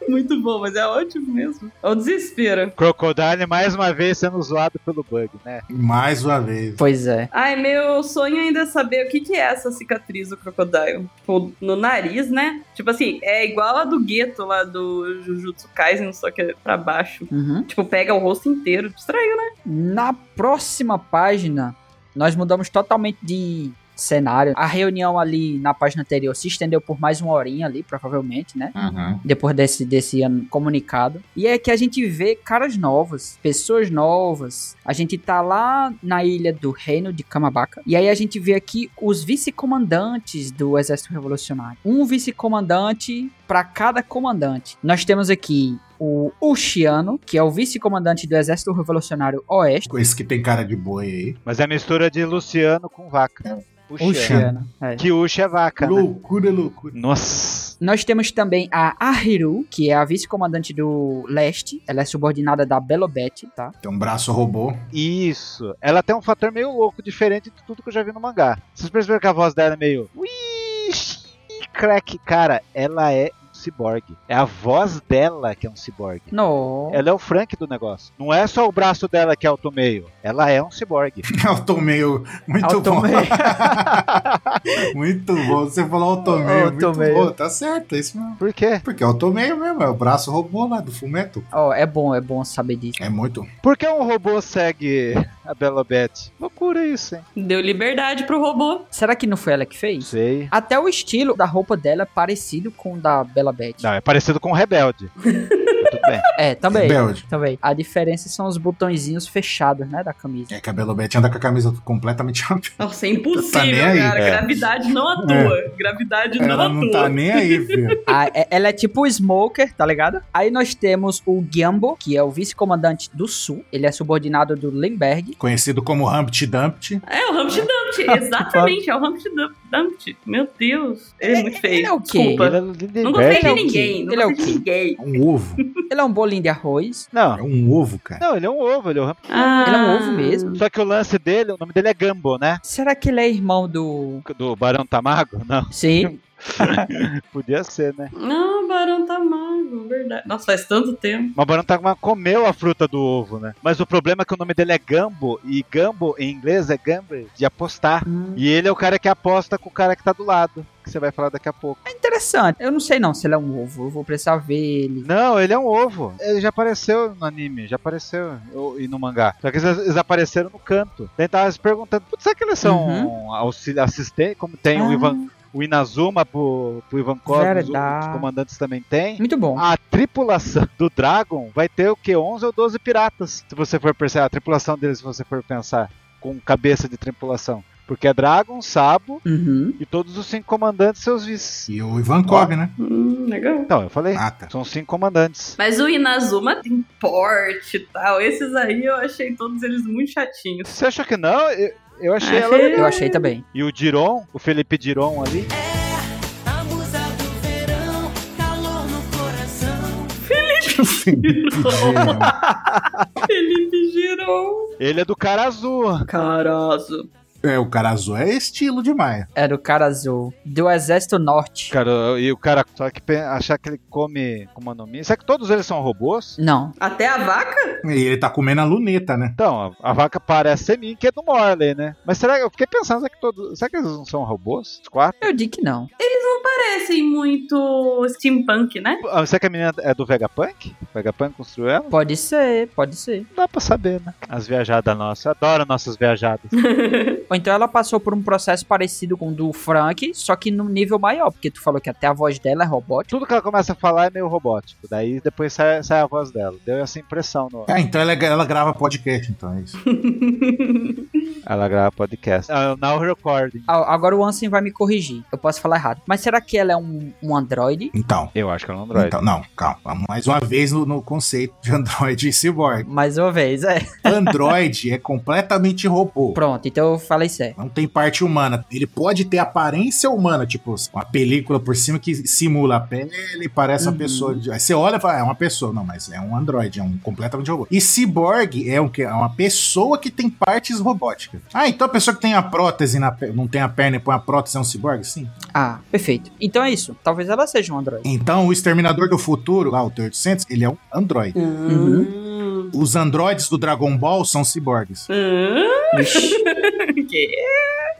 Muito bom, mas é ótimo mesmo. É o desespero. Crocodile mais uma vez sendo zoado pelo bug, né? Mais uma vez. Pois é. Ai, meu sonho ainda é saber o que, que é essa cicatriz do Crocodile. Tipo, no nariz, né? Tipo assim, é igual a do gueto lá do Jujutsu Kaisen, só que é pra baixo. Uhum. Tipo, pega o rosto inteiro. Estranho, né? Na próxima página, nós mudamos totalmente de cenário. A reunião ali na página anterior se estendeu por mais uma horinha ali, provavelmente, né? depois desse, desse ano comunicado. E é que a gente vê caras novos, pessoas novas. A gente tá lá na ilha do reino de Kamabaka. E aí a gente vê aqui os vice-comandantes do Exército Revolucionário. Um vice-comandante para cada comandante. Nós temos aqui o Uchiano, que é o vice-comandante do Exército Revolucionário Oeste. Esse que tem cara de boi aí. Mas é a mistura de Luciano com vaca. Uxiano. Uchiano. É. Que Uxa é vaca, né? Loucura, loucura. Nossa. Nós temos também a Ahiru, que é a vice-comandante do Leste. Ela é subordinada da Belobete, tá? Tem um braço robô. (laughs) Isso. Ela tem um fator meio louco, diferente de tudo que eu já vi no mangá. Vocês perceberam que a voz dela é meio. Ui, crack, cara, ela é um ciborgue. É a voz dela que é um ciborgue. Não. Ela é o Frank do negócio. Não é só o braço dela que é automeio. Ela é (laughs) um ciborgue. Automeio, muito bom. (laughs) Automeio. Muito bom. Você falou automeio, muito Automeio. bom. Tá certo, é isso mesmo. Por quê? Porque é automeio mesmo, é o braço robô lá do fumeto. (laughs) Ó, é bom, é bom saber disso. É muito. Por que um robô segue a Bela Beth? Loucura isso, hein? Deu liberdade pro robô. Será que não foi ela que Não fez? sei. Até o estilo da roupa dela é parecido com o da Bella Beth. Não, é parecido com o (laughs) Rebelde. Mas tudo bem. É, também. Rebelde. Também. A diferença são os botõezinhos fechados, né, da camisa. É que a Belo Bete anda com a camisa completamente (laughs) ampla. Nossa, é Tá nem impossível, aí, cara. é. Gravidade não atua. Gravidade não Ela atua. não tá nem aí, filho. Ah, é- ela é tipo o Smoker, tá ligado? Aí nós temos o Gambo, que é o vice-comandante do Sul. Ele é subordinado do Lemberg. Conhecido como Humpty Dumpty. É o (laughs) Humpty Dumpty, exatamente, é o Humpty Dum- Dumpty. Meu Deus, ele é muito feio. ele é o quê? Desculpa. Ele é Não gostei Ele é de o quê? ninguém, Ele é não o gostei de ninguém. Um ovo. Ele é um bolinho de arroz. É Não. um ovo, cara. Não, ele é um ovo, ele é um Humpty. Ah, Ele é um ovo mesmo. Só que o lance dele, o nome dele é Gambo, né? Será que ele é irmão do. Do Barão Tamago? (laughs) Não, Sim. podia ser, né? Não, o Barão tá magro, verdade. Nossa, faz tanto tempo. Mas o Barão Tamago comeu a fruta do ovo, né? Mas o problema é que o nome dele é Gambo, e Gambo em inglês é Gamble, de apostar. Hum, E ele é o cara que aposta com o cara que tá do lado, que você vai falar daqui a pouco. É interessante. Eu não sei não se ele é um ovo. Eu vou precisar ver ele. Não, ele é um ovo. Ele já apareceu no anime, já apareceu ou- e no mangá. Só que eles, eles apareceram no canto. Daí tava se perguntando, putz, será que eles são assistentes? Como tem o, Uhum. Ah. Ivan, o Inazuma pro, pro Ivankov, os, Verdade. os comandantes também tem. Muito bom. A tripulação do Dragon vai ter o que? 11 ou 12 piratas. Se você for perceber, a tripulação deles, se você for pensar, com cabeça de tripulação. Porque é Dragon, Sabo Uhum. e todos os cinco comandantes seus vices. E o Ivan Cobb, né? Hum, legal. Então, eu falei, Ah, (laughs) tá. são cinco comandantes. Mas o Inazuma tem porte e tal. Esses aí eu achei todos eles muito chatinhos. Você achou que não? Eu, eu achei Achei. ela legal. Eu achei também. E o Diron, o Felipe Diron ali. Felipe girou. Ele é do cara azul. Caroso. é, o cara azul é estilo demais. Era o cara azul. Do Exército Norte. Cara, e o cara, só que pe- achar que ele come com uma nome. Será que todos eles são robôs? Não. Até a vaca? E ele tá comendo a luneta, né? Então, a, a vaca parece ser mim, que é do Morley, né? Mas será que eu fiquei pensando, será que todos. Será que eles não são robôs? Os quatro? Eu digo que não. Parecem muito steampunk, né? Ah, Será que a menina é do Vegapunk? O Vegapunk construiu ela? Pode ser, pode ser. Não dá pra saber, né? As viajadas nossas. Eu adoro nossas viajadas. Ou então ela passou por um processo parecido com o do Frank, só que num nível maior, porque tu falou que até a voz dela é robótica. Tudo que ela começa a falar é meio robótico. Daí depois sai, sai a voz dela. Deu essa impressão no, Ah, então ela, ela grava podcast, então é isso. Ela grava podcast. Ah, Now recording. Ah, Agora o Ansem vai me corrigir. Eu posso falar errado. Mas será que ela é um, um androide? Então. Eu acho que é um Android. Então, não, calma. Vamos mais uma vez no, no conceito de Android e Cyborg. Mais uma vez, é. Android é completamente robô. Pronto, então eu falei certo. Não tem parte humana. Ele pode ter aparência humana, tipo uma película por cima que simula a pele, parece Uhum. uma pessoa. de- Aí você olha e fala, "Ah, é uma pessoa. Não, mas é um androide, é um completamente robô. E cyborg é, um, que- é uma pessoa que tem partes robóticas. Ah, então a pessoa que tem a prótese, na, pe- não tem a perna e põe a prótese é um cyborg? Sim. Ah, perfeito. Então é isso. Talvez ela seja um androide. Então o Exterminador do Futuro, lá o T-800, ele é um androide. Uhum. Os androides do Dragon Ball são cyborgs. Vixe. que?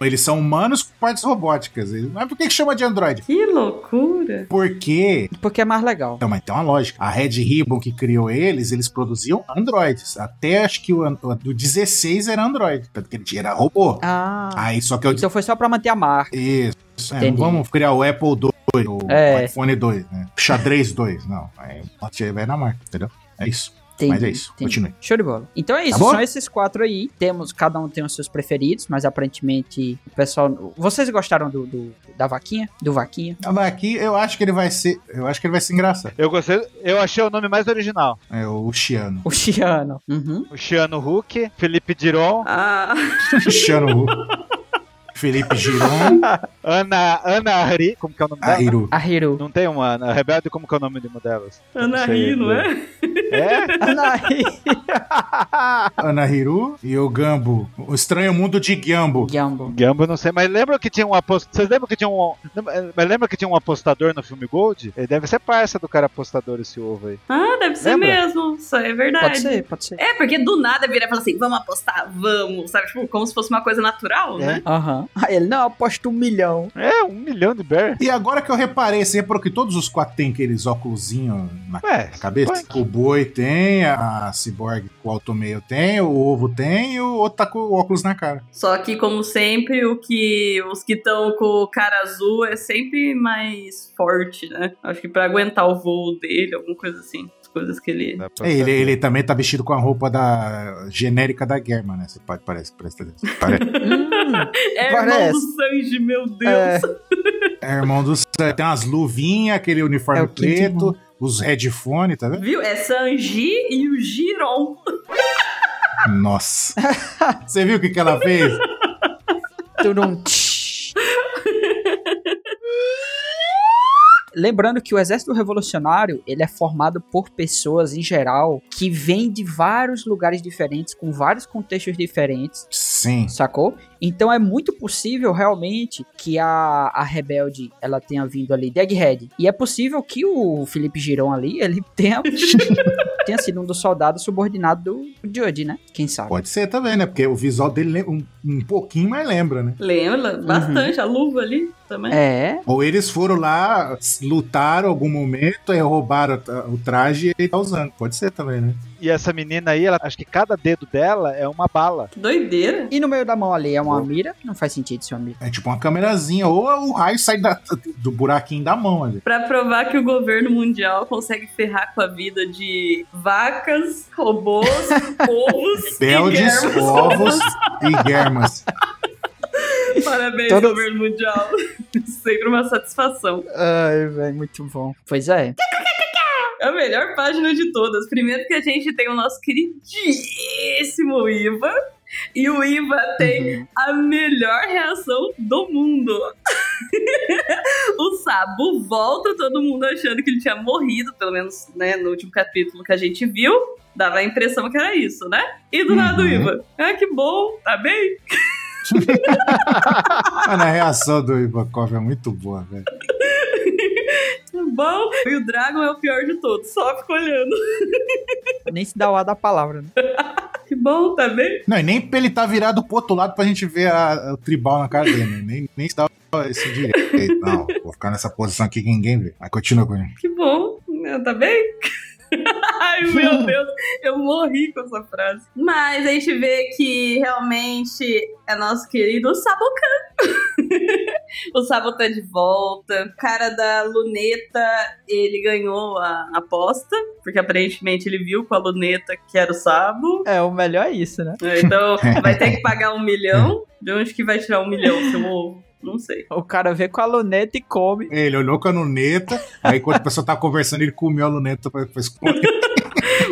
Eles são humanos com partes robóticas. Eles- Mas por que que chama de androide? que loucura. Porque (laughs) Porque é mais legal. Então, mas tem uma lógica. A Red Ribbon que criou eles, eles produziam androides. Até acho que o an- o do 16 era android, tanto que ele era robô. Ah. Aí só que eu Então foi só pra manter a marca. isso, é, não Entendi. vamos criar o Apple II, o É. iPhone 2, né? O Xadrez 2, não. Aí bota- vai na marca, entendeu? É isso. Entendi, Mas é isso, entendi. continue. Show de bola. Então é isso, bom? são esses quatro aí. Temos, cada um tem os seus preferidos, mas aparentemente o pessoal. Vocês gostaram do, do- da vaquinha? Do vaquinha? Ah, mas Aqui eu acho que ele vai ser. Eu acho que ele vai ser engraçado. Eu gostei. Eu achei o nome mais original. É o (laughs) Chiano. O Chiano. Uhum. O Chiano Huck, Felipe Diron. Ah, Chiano Ru. Felipe Giron, Ana, Ana Ari, como que é o nome dela? Airo. A (laughs) Hiru. Não tem uma Ana. Rebelde, como que é o nome de uma delas? Ana sei, né? Ri, não né? é? É? (laughs) Anaí. Ana Hiru e o Gambo. O Estranho Mundo de Gambo. Guiambo. Gambo, não sei, mas lembra que tinha um apostador. Vocês lembram que tinha um. Mas lembra que tinha um apostador no filme Gold? Ele deve ser parça do cara apostador esse ovo aí. Ah, deve ser Lembra? mesmo. Isso aí é verdade. Pode ser, pode ser. É, porque do nada vira e fala assim, vamos apostar, vamos, sabe? Tipo, como se fosse uma coisa natural, É. né? Aham. Aí ele, não, eu aposto (laughs) um milhão. É, um milhão de bear. E agora que eu reparei, você reparou que todos os quatro têm aqueles óculosinhos na Ué, cabeça? punk. O boi tem, a ciborgue com o automeio tem, o ovo tem e o outro tá com o óculos na cara. Só que, como sempre, o que os que estão com o cara azul é sempre mais forte, né? Acho que pra aguentar o voo dele, alguma coisa assim. As coisas que ele. Dá pra É, ele, saber. ele também tá vestido com a roupa da genérica da Germa, né? Você pode, parece, presta atenção. Parece. Hum, É irmão Parece. do Sanji, meu É. Deus! É irmão do Sanji. Tem umas luvinhas, aquele uniforme É o quinto preto, os headphones, tá vendo? Viu? É Sanji e o Giron. Nossa. Você viu o que, que ela fez? turum, tch. Lembrando que o Exército Revolucionário, ele é formado por pessoas em geral que vêm de vários lugares diferentes, com vários contextos diferentes, Sim. Sacou? Então é muito possível realmente que a, a Rebelde ela tenha vindo ali de Egghead. E é possível que o Felipe Girão ali, ele tenha, tenha sido um dos soldados subordinados do Judge, né? Quem sabe? Pode ser também, né? Porque o visual dele lembra- um, um pouquinho mais lembra, né? Lembra? Bastante. A luva ali também. É, Ou eles foram lá, s- lutaram algum momento, aí roubaram a- o traje e ele tá usando. Pode ser também, né? E essa menina aí, ela, acho que cada dedo dela é uma bala. Que doideira. e no meio da mão ali é uma mira, que não faz sentido ser uma mira. É tipo uma câmerazinha. Ou o raio sai da- do buraquinho da mão ali. Pra provar que o governo mundial consegue ferrar com a vida de vacas, robôs, ovos e Beldes, germas. ovos e germas. Parabéns, Todas- governo mundial. (laughs) Sempre uma satisfação. Ai, velho, muito bom. Pois é. É a melhor página de todas. Primeiro que a gente tem o nosso queridíssimo Iva. E o Iva tem a melhor reação do mundo. (laughs) o Sabo volta, todo mundo achando que ele tinha morrido, pelo menos né, no último capítulo que a gente viu. Dava a impressão que era isso, né? E do nada o Uhum. Iva. Ah, que bom, tá bem? (laughs) Mano, a reação do Ivakov é muito boa, velho. Tá bom. E o Dragon é o pior de todos, só fica olhando. Nem se dá o A da palavra, né? Que bom, tá bem? Não, e nem ele tá virado pro outro lado pra gente ver a- o tribal na cara dele. né? Nem, nem se dá esse direito. Não, vou ficar nessa posição aqui que ninguém vê. Mas continua com ele. Que bom, né? tá bem? (laughs) Ai, meu Deus, eu morri com essa frase. Mas a gente vê que realmente é nosso querido Sabocan. (laughs) o Sabo tá de volta. O cara da luneta, ele ganhou a aposta, porque aparentemente ele viu com a luneta que era o Sabo. É, o melhor é isso, né? Então vai ter que pagar um milhão. De onde que vai tirar um milhão, seu ovo? Não sei. O cara vê com a luneta e come. Ele olhou com a luneta, aí quando a pessoa tava conversando, ele comeu a luneta pra, pra esconder.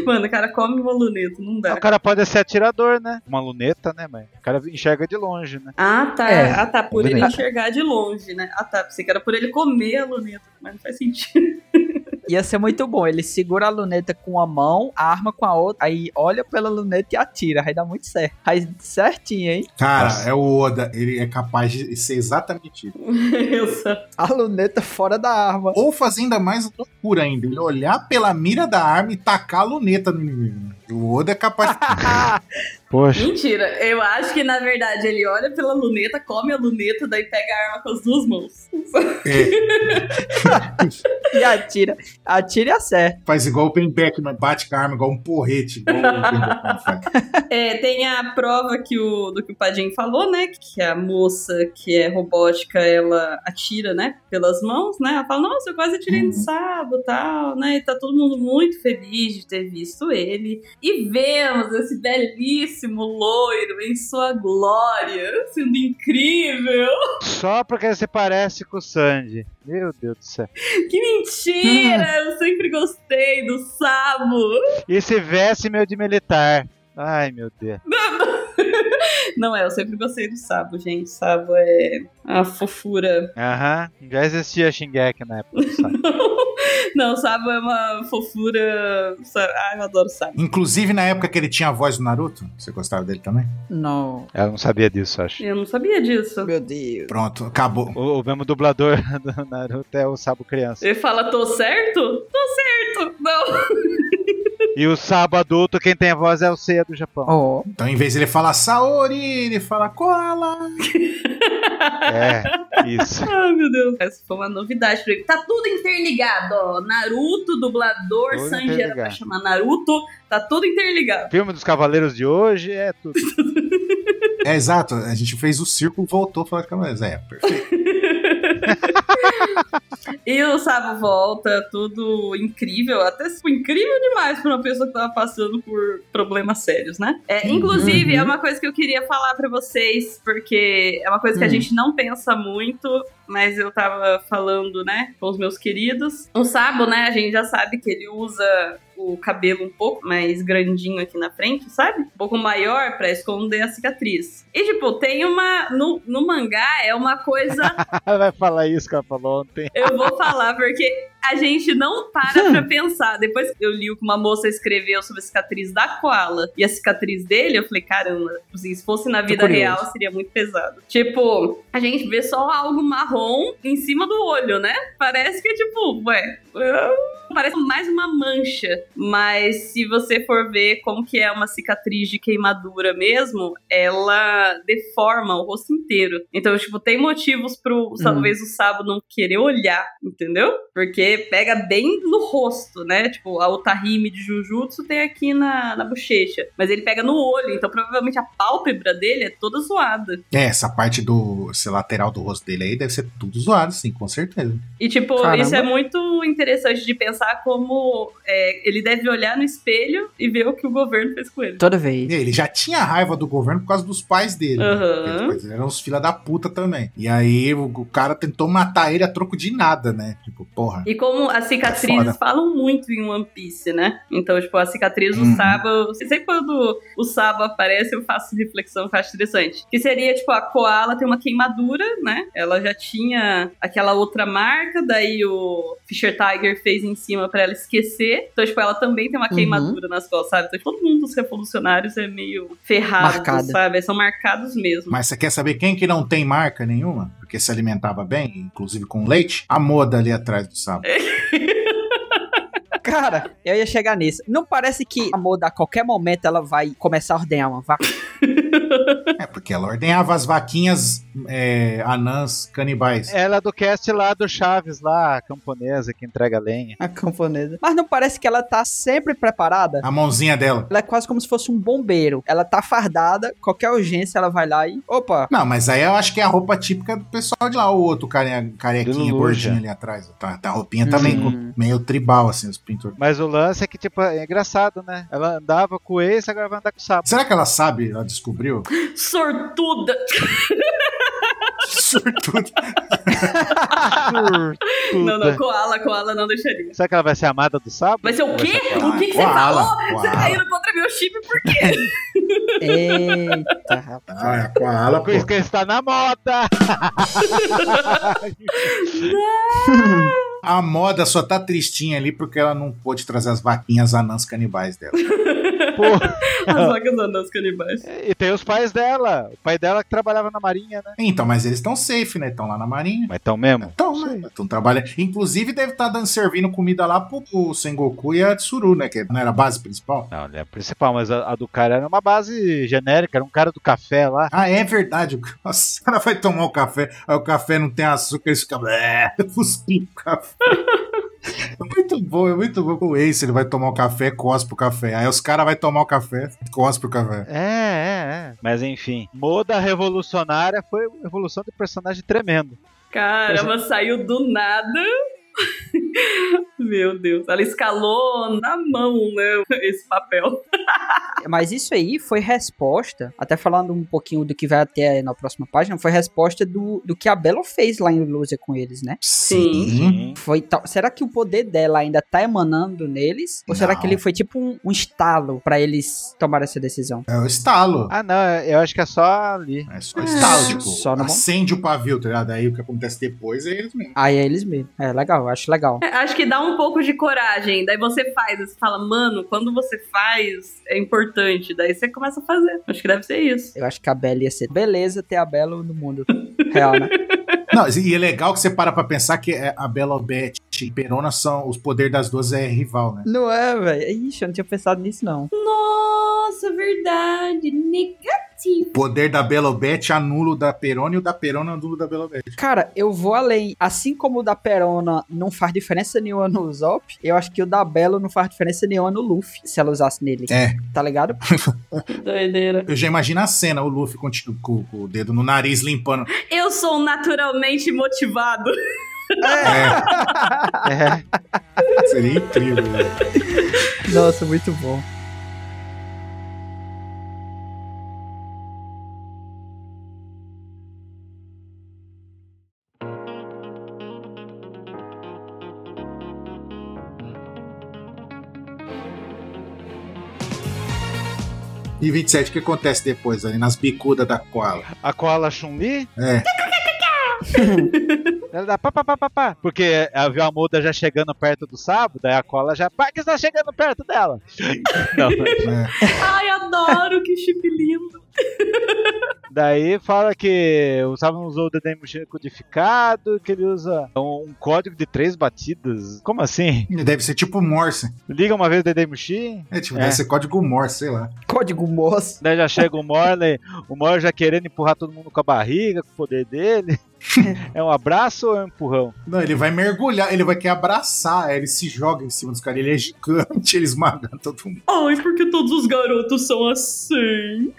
Mano, o cara come uma luneta, não dá. O cara pode ser atirador, né? Uma luneta, né, mãe? O cara enxerga de longe, né? Ah, tá. É, ah, tá. Por ele verdade. enxergar de longe, né? Ah, tá. Pensei que era por ele comer a luneta, mas não faz sentido. (laughs) Ia ser muito bom. Ele segura a luneta com uma mão, a arma com a outra, aí olha pela luneta e atira. Aí dá muito certo. Aí certinho, hein? Cara, é o Oda, ele é capaz de ser exatamente isso. Eu só- A luneta fora da arma. Ou fazer ainda mais loucura ainda, ele olhar pela mira da arma e tacar a luneta no inimigo. né? O Oda é capaz de Poxa. Mentira. Eu acho que, na verdade, ele olha pela luneta, come a luneta, daí pega a arma com as duas mãos. é, e atira. Atira e acerta. faz igual o Ben Beckman, bate com a arma igual um porrete. Igual o Ben Beckman faz. É, tem a prova que o, do que o Padim falou, né? Que a moça que é robótica, ela atira, né? Pelas mãos, né? Ela fala, nossa, eu quase atirei no sábado tal, né? E tá todo mundo muito feliz de ter visto ele. E vemos esse belíssimo loiro em sua glória, sendo incrível. Só porque você parece com o Sandy. Meu Deus do céu. Que mentira! Eu sempre gostei do Sabo. (laughs) Esse veste meu de militar. Ai, meu Deus. Não é, eu sempre gostei do Sabo, gente. Sabo é a fofura. Aham, já existia Shingeki na época, (laughs) sabe? Não, Sabo é uma fofura. Ah, eu adoro Sabo. Inclusive na época que ele tinha a voz do Naruto. Você gostava dele também? Não. Ela não sabia disso, acho. Eu não sabia disso. Meu Deus. Pronto, acabou. O, o mesmo dublador (laughs) do Naruto é o Sabo criança. Ele fala, tô certo? Tô certo! Não! E o Sabo adulto, quem tem a voz é o Seiya do Japão. Ó. Então, em vez de ele falar Saori, ele fala Koala. É, isso. Ah, meu Deus. Essa foi uma novidade pra ele. Tá tudo interligado, ó. Naruto, dublador, Tudo Sanji era pra interligado. chamar Naruto. Tá tudo interligado. Filme dos Cavaleiros de hoje é tudo. (laughs) É exato, a gente fez o círculo, voltou a falar de Cavaleiros. É, perfeito. E o Sabo volta, tudo incrível, até tipo, incrível demais pra uma pessoa que tava passando por problemas sérios, né? É, inclusive, Uhum. é uma coisa que eu queria falar pra vocês, porque é uma coisa que a Hum. gente não pensa muito, mas eu tava falando, né, com os meus queridos. O Sabo, né, a gente já sabe que ele usa o cabelo um pouco mais grandinho aqui na frente, sabe? Um pouco maior pra esconder a cicatriz. E, tipo, tem uma. No, no mangá é uma coisa Ela vai falar isso que ela falou ontem. eu vou falar, porque a gente não para pra pensar. Depois que eu li o que uma moça escreveu sobre a cicatriz da Koala e a cicatriz dele, eu falei, caramba, assim, se fosse na vida curioso. real, seria muito pesado. Tipo, a gente vê só algo marrom em cima do olho, né? Parece que é tipo, ué. Parece mais uma mancha, mas se você for ver como que é uma cicatriz de queimadura mesmo, ela deforma o rosto inteiro. Então, tipo, tem motivos pro talvez o Sabo não querer olhar, entendeu? Porque pega bem no rosto, né? Tipo, a Otahime de Jujutsu tem aqui na, na bochecha, mas ele pega no olho, então provavelmente a pálpebra dele é toda zoada. É, essa parte do esse lateral do rosto dele aí deve ser tudo zoado, sim, com certeza. E, tipo, Caramba. isso é muito interessante de pensar como é, ele deve olhar no espelho e ver o que o governo fez com ele. Toda vez. E Ele já tinha raiva do governo por causa dos pais dele. né? Aham. Porque, tipo, eles eram uns filha da puta também. E aí o, o cara tentou matar ele a troco de nada, né? Tipo, porra. E como as cicatrizes Foda. falam muito em One Piece, né? Então, tipo, a cicatriz do Uhum. Sabo. Sempre quando o Sabo aparece, eu faço reflexão que eu acho interessante. Que seria, tipo, a Koala tem uma queimadura, né? Ela já tinha aquela outra marca, daí o Fisher Tiger fez em cima pra ela esquecer. Então, tipo, ela também tem uma Uhum. queimadura nas costas, sabe? Então, todo mundo dos revolucionários é meio ferrado, Marcado. sabe? São marcados mesmo. Mas você quer saber quem que não tem marca nenhuma? Porque se alimentava bem, inclusive com leite? A moda ali atrás do sábado. Cara, eu ia chegar nisso. Não parece que a moda a qualquer momento ela vai começar a ordenhar uma vaca? É, porque ela ordenhava as vaquinhas é, anãs canibais. Ela é do cast lá do Chaves, lá, a camponesa que entrega lenha. A camponesa. Mas não parece que ela tá sempre preparada? A mãozinha dela. Ela é quase como se fosse um bombeiro. Ela tá fardada, qualquer urgência ela vai lá e. Opa! Não, mas aí eu acho que é a roupa típica do pessoal de lá, o outro carinha, Do carequinha, Lulu, gordinho já. ali atrás. Tá, tá a roupinha também Hum. meio tribal, assim, os pintores. Mas o lance é que, tipo, é engraçado, né? Ela andava com o ex, agora vai andar com o sapo. Será que ela sabe? Ela descobriu? Sortuda! Surtudo. (laughs) Não, não, Surtuda. Koala, Koala não deixaria. Será que ela vai ser amada do sapo? Vai ser é o quê? O que, que você falou? Koala, Você tá koala. indo contra meu chip por quê? Eita, (laughs) rapaz. Ah, é koala, pô. Coisa que está na moda! A moda só tá tristinha ali porque ela não pôde trazer as vaquinhas anãs canibais dela. Pô, As vacas andam os canibais. e tem os pais dela. O pai dela que trabalhava na marinha, né? Então, mas eles estão safe, né? Estão lá na marinha. Mas então mesmo. Então, né? Estão trabalhando. Inclusive, deve estar dando servindo comida lá pro, pro Sengoku e a Tsuru, né? Que não era a base principal. Não, ele é a principal, mas a, a do cara era uma base genérica, era um cara do café lá. Ah, é verdade. Nossa, ela vai tomar o café, aí o café não tem açúcar, eles ficam. É, (laughs) cuspindo o café. É Muito bom, é muito bom. O Ace, ele vai tomar o café, cospe o café. Aí os caras vão tomar o café, cospe o café. É, é, é. Mas enfim, moda revolucionária foi uma evolução de personagem tremendo. Caramba, saiu do nada. (laughs) Meu Deus, ela escalou na mão, né, esse papel. Mas isso aí foi resposta, até falando um pouquinho do que vai até na próxima página, foi resposta do, do que a Belo fez lá em Lúcia com eles, né? Sim. Foi tal- Será que o poder dela ainda tá emanando neles? Ou será Não. que ele foi tipo um, um estalo pra eles tomarem essa decisão? É o estalo. Ah, não, eu acho que é só ali. É só estalo, tipo, Ah, Só no bom. acende o pavio, tá ligado? Aí o que acontece depois é eles mesmo. Aí é eles mesmo. É legal, eu acho legal. É, Acho que dá um pouco de coragem. Daí você faz, você fala, mano, quando você faz, é importante. Daí você começa a fazer. Acho que deve ser isso. Eu acho que a Bela ia ser beleza ter a Bela no mundo real, né? Não, e é legal que você para pra pensar que é, a Bela Beth e Perona são. Os poderes das duas é rival, né? (laughs) Não é, velho? Ixi, eu não tinha pensado nisso, não. Nossa, verdade. Negativo. O poder da Bela Beth anula o da Perona e o da Perona anula o da Bela Beth. Cara, eu vou além. Assim como o da Perona não faz diferença nenhuma no Zop, eu acho que o da Belo não faz diferença nenhuma no Luffy, se ela usasse nele. É. Tá ligado? Doideira. Eu já imagino a cena, o Luffy continua com, com o dedo no nariz limpando. Eu sou naturalmente motivado. (laughs) É, É. seria incrível. né? Nossa, muito bom. E 27, o que acontece depois ali? Nas bicudas da Koala. A cola Chun-Li, É. (laughs) ela dá pá, pá, pá, pá, pá. Porque ela viu a muda já chegando perto do sábado, daí a cola já. Pá, que está chegando perto dela. Não, é. Ai, adoro, que chip lindo. (laughs) Daí fala que o Sábado usou o Dedemushina codificado, que ele usa um um código de três batidas. Como assim? Deve ser tipo Morse. Liga uma vez o Dedemushin, É tipo, É. deve ser código Morse, sei lá. Código Morse. daí já chega o Morley, o Morley já querendo empurrar todo mundo com a barriga, com o poder dele. É um abraço ou é um empurrão? Não, ele vai mergulhar, ele vai querer abraçar, aí ele se joga em cima dos caras, ele é gigante, (laughs) ele esmaga todo mundo. Ai, porque todos os garotos são assim.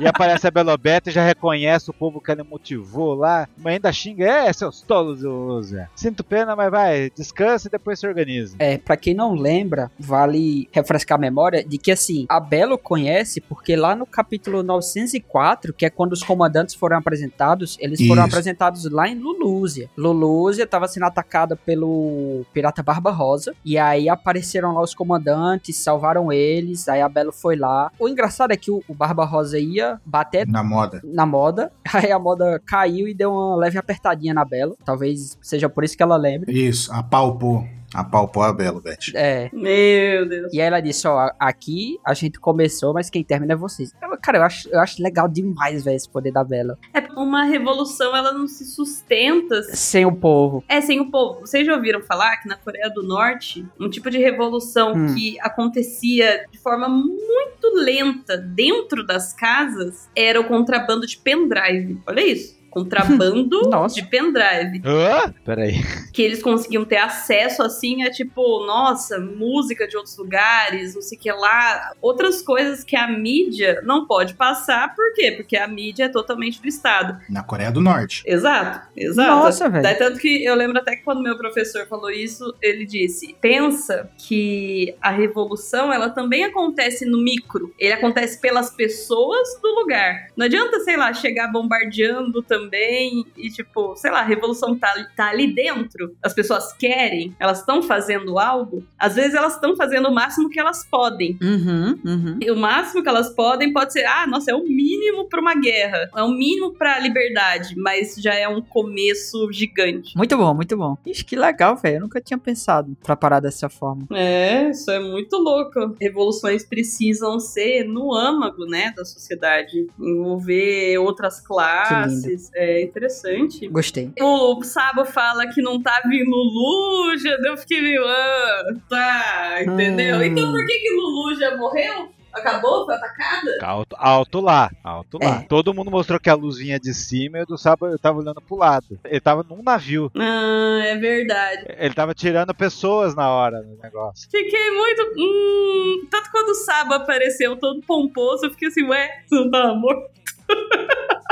E aparece a Belobeta e já reconhece o povo que ele motivou lá, mas ainda xinga, é, seus tolos, ô, Zé. Sinto pena, mas vai, descansa e depois se organiza. É, pra quem não lembra, vale refrescar a memória de que, assim, a Belo conhece porque lá no capítulo 904, que é quando os comandantes foram apresentados, eles foram Isso. apresentados lá em Lulúzia. Lulúzia tava sendo atacada pelo pirata Barba-Rosa, e aí apareceram lá os comandantes, salvaram eles, aí a Belo foi lá. O engraçado é que o o Barba-Rosa ia bater Na moda. na moda, (laughs) aí a moda caiu e deu uma leve apertadinha na Belo, talvez seja por isso que ela lembre. Isso, apalpou. Apalpou a Belo, Beth. É, Meu Deus. E aí ela disse, ó, aqui a gente começou, mas quem termina é vocês. Eu- Cara, eu acho, eu acho legal demais, velho, esse poder da Bela. É uma revolução, ela não se sustenta Sem o povo. É, sem o povo. Vocês já ouviram falar que na Coreia do Norte, um tipo de revolução Hum. que acontecia de forma muito lenta dentro das casas era o contrabando de pendrive. Olha (laughs) isso. Contrabando Nossa. de pendrive. Hã? Peraí. Que eles conseguiam ter acesso, assim, a tipo, nossa, música de outros lugares, não sei o que lá. Outras coisas que a mídia não pode passar. Por quê? Porque a mídia é totalmente do Estado. Na Coreia do Norte. Exato, exato. Nossa, velho. Daí tanto que eu lembro até que quando meu professor falou isso, ele disse: pensa que a revolução ela também acontece no micro. Ele acontece pelas pessoas do lugar. Não adianta, sei lá, chegar bombardeando também e tipo, sei lá, a revolução tá, tá ali dentro. As pessoas querem, elas estão fazendo algo. Às vezes elas estão fazendo o máximo que elas podem. Uhum, uhum. E O máximo que elas podem pode ser, ah, nossa, é o mínimo pra uma guerra, é o mínimo pra liberdade, mas já é um começo gigante. Muito bom, muito bom. Ixi, que legal, velho. Eu nunca tinha pensado pra parar dessa forma. É, isso é muito louco. Revoluções precisam ser no âmago, né, da sociedade, envolver outras classes, é interessante. Gostei. O Sabo fala que não tá vindo Luluja, daí eu fiquei meio, ah, tá, entendeu? Hum. Então por que que Luluja morreu? Acabou? Foi atacada? Alto, alto lá, alto lá. É. Todo mundo mostrou que a luz vinha de cima e o do sábado eu tava olhando pro lado. Ele tava num navio. Ah, é verdade. Ele tava tirando pessoas na hora do negócio. Fiquei muito. Hum, tanto quando o Saba apareceu todo pomposo, eu fiquei assim, ué, você não tá morto?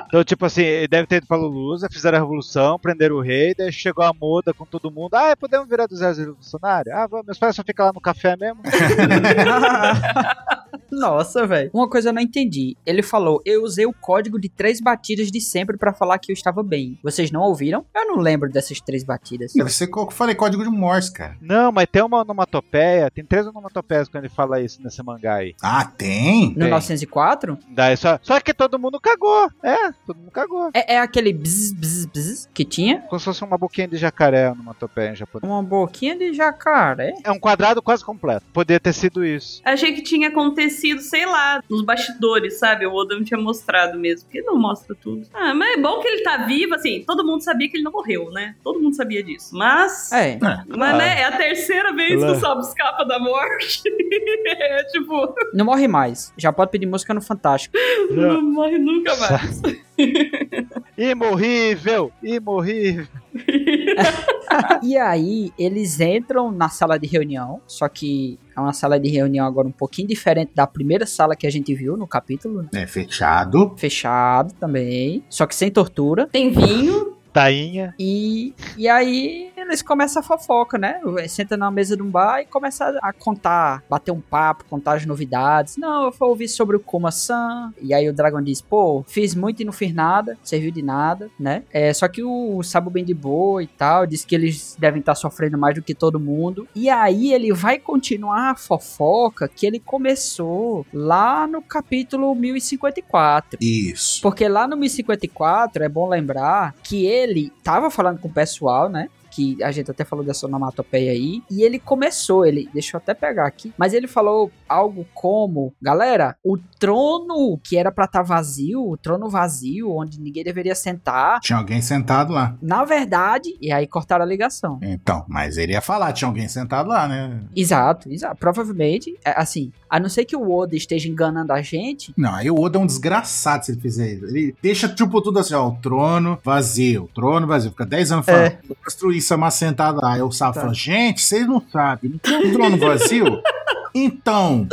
Então, tipo assim, ele deve ter ido pra Lulusa, fizeram a revolução, prenderam o rei, daí chegou a moda com todo mundo. Ah, podemos virar do zero revolucionário? Ah, vamos, meus pais só ficam lá no café mesmo. Nossa, velho. Uma coisa eu não entendi. Ele falou: eu usei o código de três batidas de sempre pra falar que eu estava bem. Vocês não ouviram? Eu não lembro dessas três batidas. Deve ser que eu falei código de Morse, cara. Não, mas tem uma onomatopeia, tem três onomatopeias quando ele fala isso nesse mangá aí. Ah, tem? No Bem. 904? Daí só, só que todo mundo cagou. É, todo mundo cagou. É, é aquele bzz, bzz, bzz que tinha? Como se fosse uma boquinha de jacaré onomatopeia em japonês. Uma boquinha de jacaré? É um quadrado quase completo. Poderia ter sido (laughs) isso. Achei que tinha acontecido, sei lá, nos bastidores, sabe? O Oda não tinha mostrado mesmo, porque não mostra tudo. Ah, mas é bom que ele tá vivo, assim, todo mundo sabia que ele não morreu, né? Todo mundo sabia disso. Mas. É. Mas, né, é a terceira vez que Claro. o Salvo escapa da morte. (laughs) é tipo, Não morre mais. Já pode pedir música no Fantástico. não morre nunca mais. Imorrível! Imorrível! (laughs) e aí, eles entram na sala de reunião. Só que é uma sala de reunião agora um pouquinho diferente da primeira sala que a gente viu no capítulo. né? É fechado. Fechado também. Só que sem tortura. (laughs) Tem vinho. (laughs) Tainha. E, e aí eles começam a fofoca, né? Senta na mesa de um bar e começa a contar, bater um papo, contar as novidades. Não, eu fui ouvir sobre o Kuma-san. E aí o Dragon diz, pô, fiz muito e não fiz nada, serviu de nada, né? É, só que o Sabo bem de boa e tal, diz que eles devem estar sofrendo mais do que todo mundo. E aí ele vai continuar a fofoca que ele começou lá no capítulo 1054. Isso. Porque lá no 1054, é bom lembrar que ele tava falando com o pessoal, né? Que a gente até falou dessa onomatopeia aí. E ele começou, ele. Deixa eu até pegar aqui. Mas ele falou algo como: Galera, o trono que era pra estar vazio, o trono vazio, onde ninguém deveria sentar. Tinha alguém sentado lá. Na verdade, e aí cortaram a ligação. Então, mas ele ia falar, tinha alguém sentado lá, né? Exato, exato. Provavelmente, é, assim, a não ser que o Oda esteja enganando a gente, Não, aí o Oda é um desgraçado se ele fizer isso. Ele deixa, tipo, tudo assim, ó, o trono vazio, o trono vazio. Fica 10 anos falando, vou construir isso, mas sentado lá. Aí o Safra É. Tá. fala, gente, vocês não sabem, não tem um trono (laughs) vazio? então,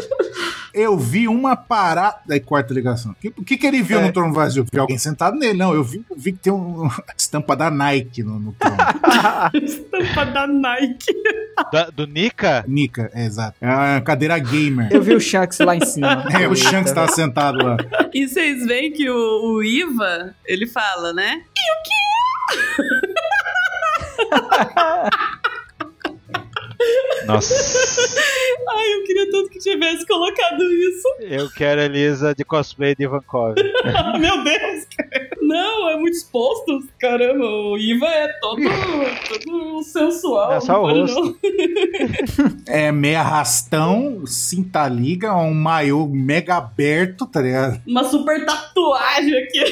eu vi uma parada... Aí quarta ligação. O que, o que, que ele viu É. no trono vazio? Vi alguém sentado nele. Não, eu vi, eu vi que tem um- uma estampa da Nike no, no (laughs) trono. (laughs) Estampa da Nike. Da- do Nika? Nika, é, exato. É uma cadeira gamer. eu vi o Shanks lá em cima. (laughs) É, o Shanks tava sentado lá. E vocês veem que o, o Iva, ele fala, né? Nossa. Ai, eu queria tanto que tivesse colocado isso. Eu quero a Elisa de cosplay de Vancouver. Ah, (laughs) Meu Deus, cara. Não, é muito exposto. Caramba, o Iva é todo, todo sensual. É só não o pode rosto. não. É meia arrastão, cinta liga, um maiô mega aberto, tá ligado? Uma super tatuagem aqui.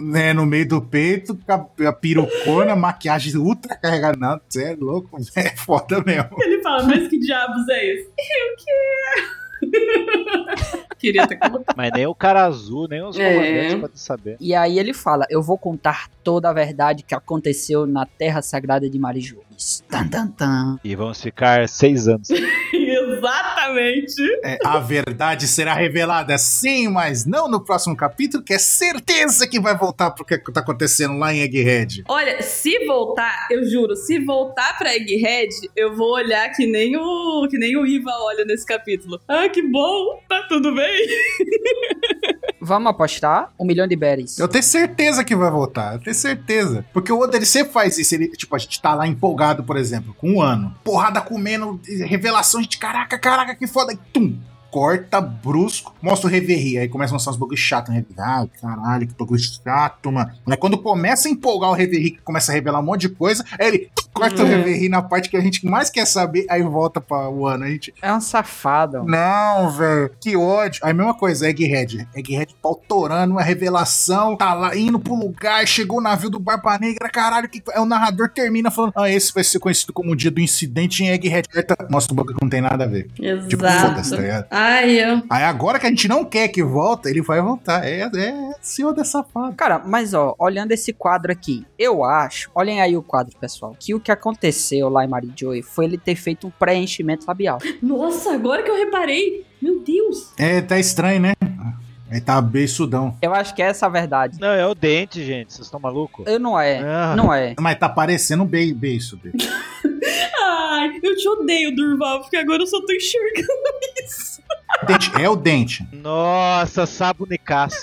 Né, no meio do peito, a, a perucona, maquiagem ultra carregada. Não, você é louco, é foda mesmo. Ele fala, mas que diabos é isso? (laughs) Eu que... (laughs) Queria ter colocado. Mas nem o cara azul, nem os É. comandantes podem saber. E aí ele fala: Eu vou contar toda a verdade que aconteceu na terra sagrada de Mariju. Tan, tan, tan. E vamos ficar seis anos. Exatamente. É, a verdade será revelada sim, mas não no próximo capítulo, que é certeza que vai voltar pro que tá acontecendo lá em Egghead. Olha, se voltar, eu juro, se voltar pra Egghead, eu vou olhar que nem o que nem o Iva olha nesse capítulo. Ah, que bom, tá tudo bem. Vamos apostar? Um milhão de berries. Eu tenho certeza que vai voltar, eu tenho certeza. Porque o Oda, ele sempre faz isso. Ele, tipo, a gente tá lá empolgado, por exemplo, com um ano. Porrada comendo, revelações de caraca, caraca, que foda. E Tum! Corta, brusco, mostra o reverie. Aí começa a mostrar uns bagulho chato, né? Ai, caralho, que bagulho chato, mano. Mas quando começa a empolgar o reverie, que começa a revelar um monte de coisa, aí ele tum, corta o É. reverie na parte que a gente mais quer saber, aí volta pra o ano. A gente, É um safado. não, velho. Que ódio. Aí, mesma coisa, Egghead. Egghead pautorando uma revelação, tá lá indo pro lugar, chegou o navio do Barba Negra, caralho. Que... Aí o narrador termina falando: Ah, esse vai ser conhecido como o dia do incidente em Egghead. Aí tá- Mostra o bagulho que não tem nada a ver. Tipo, foda-se, né? tá ligado? Ai, eu... Aí agora que a gente não quer que volta, ele vai voltar. É, é senhor da safada. Cara, mas ó, olhando esse quadro aqui, eu acho, olhem aí o quadro, pessoal, que o que aconteceu lá em Marijoy foi ele ter feito um preenchimento labial. Nossa, agora que eu reparei. Meu Deus. É, tá estranho, né? Ele tá beiçudão. Eu acho que essa é a verdade. Não, é o dente, gente. Vocês estão malucos? Eu não é. Ah. Não é. Mas tá parecendo um be- beiço dele. Ai, eu te odeio, Durval, porque agora eu só tô enxergando isso. Dente- é o dente. (laughs) Nossa, sabonicaço.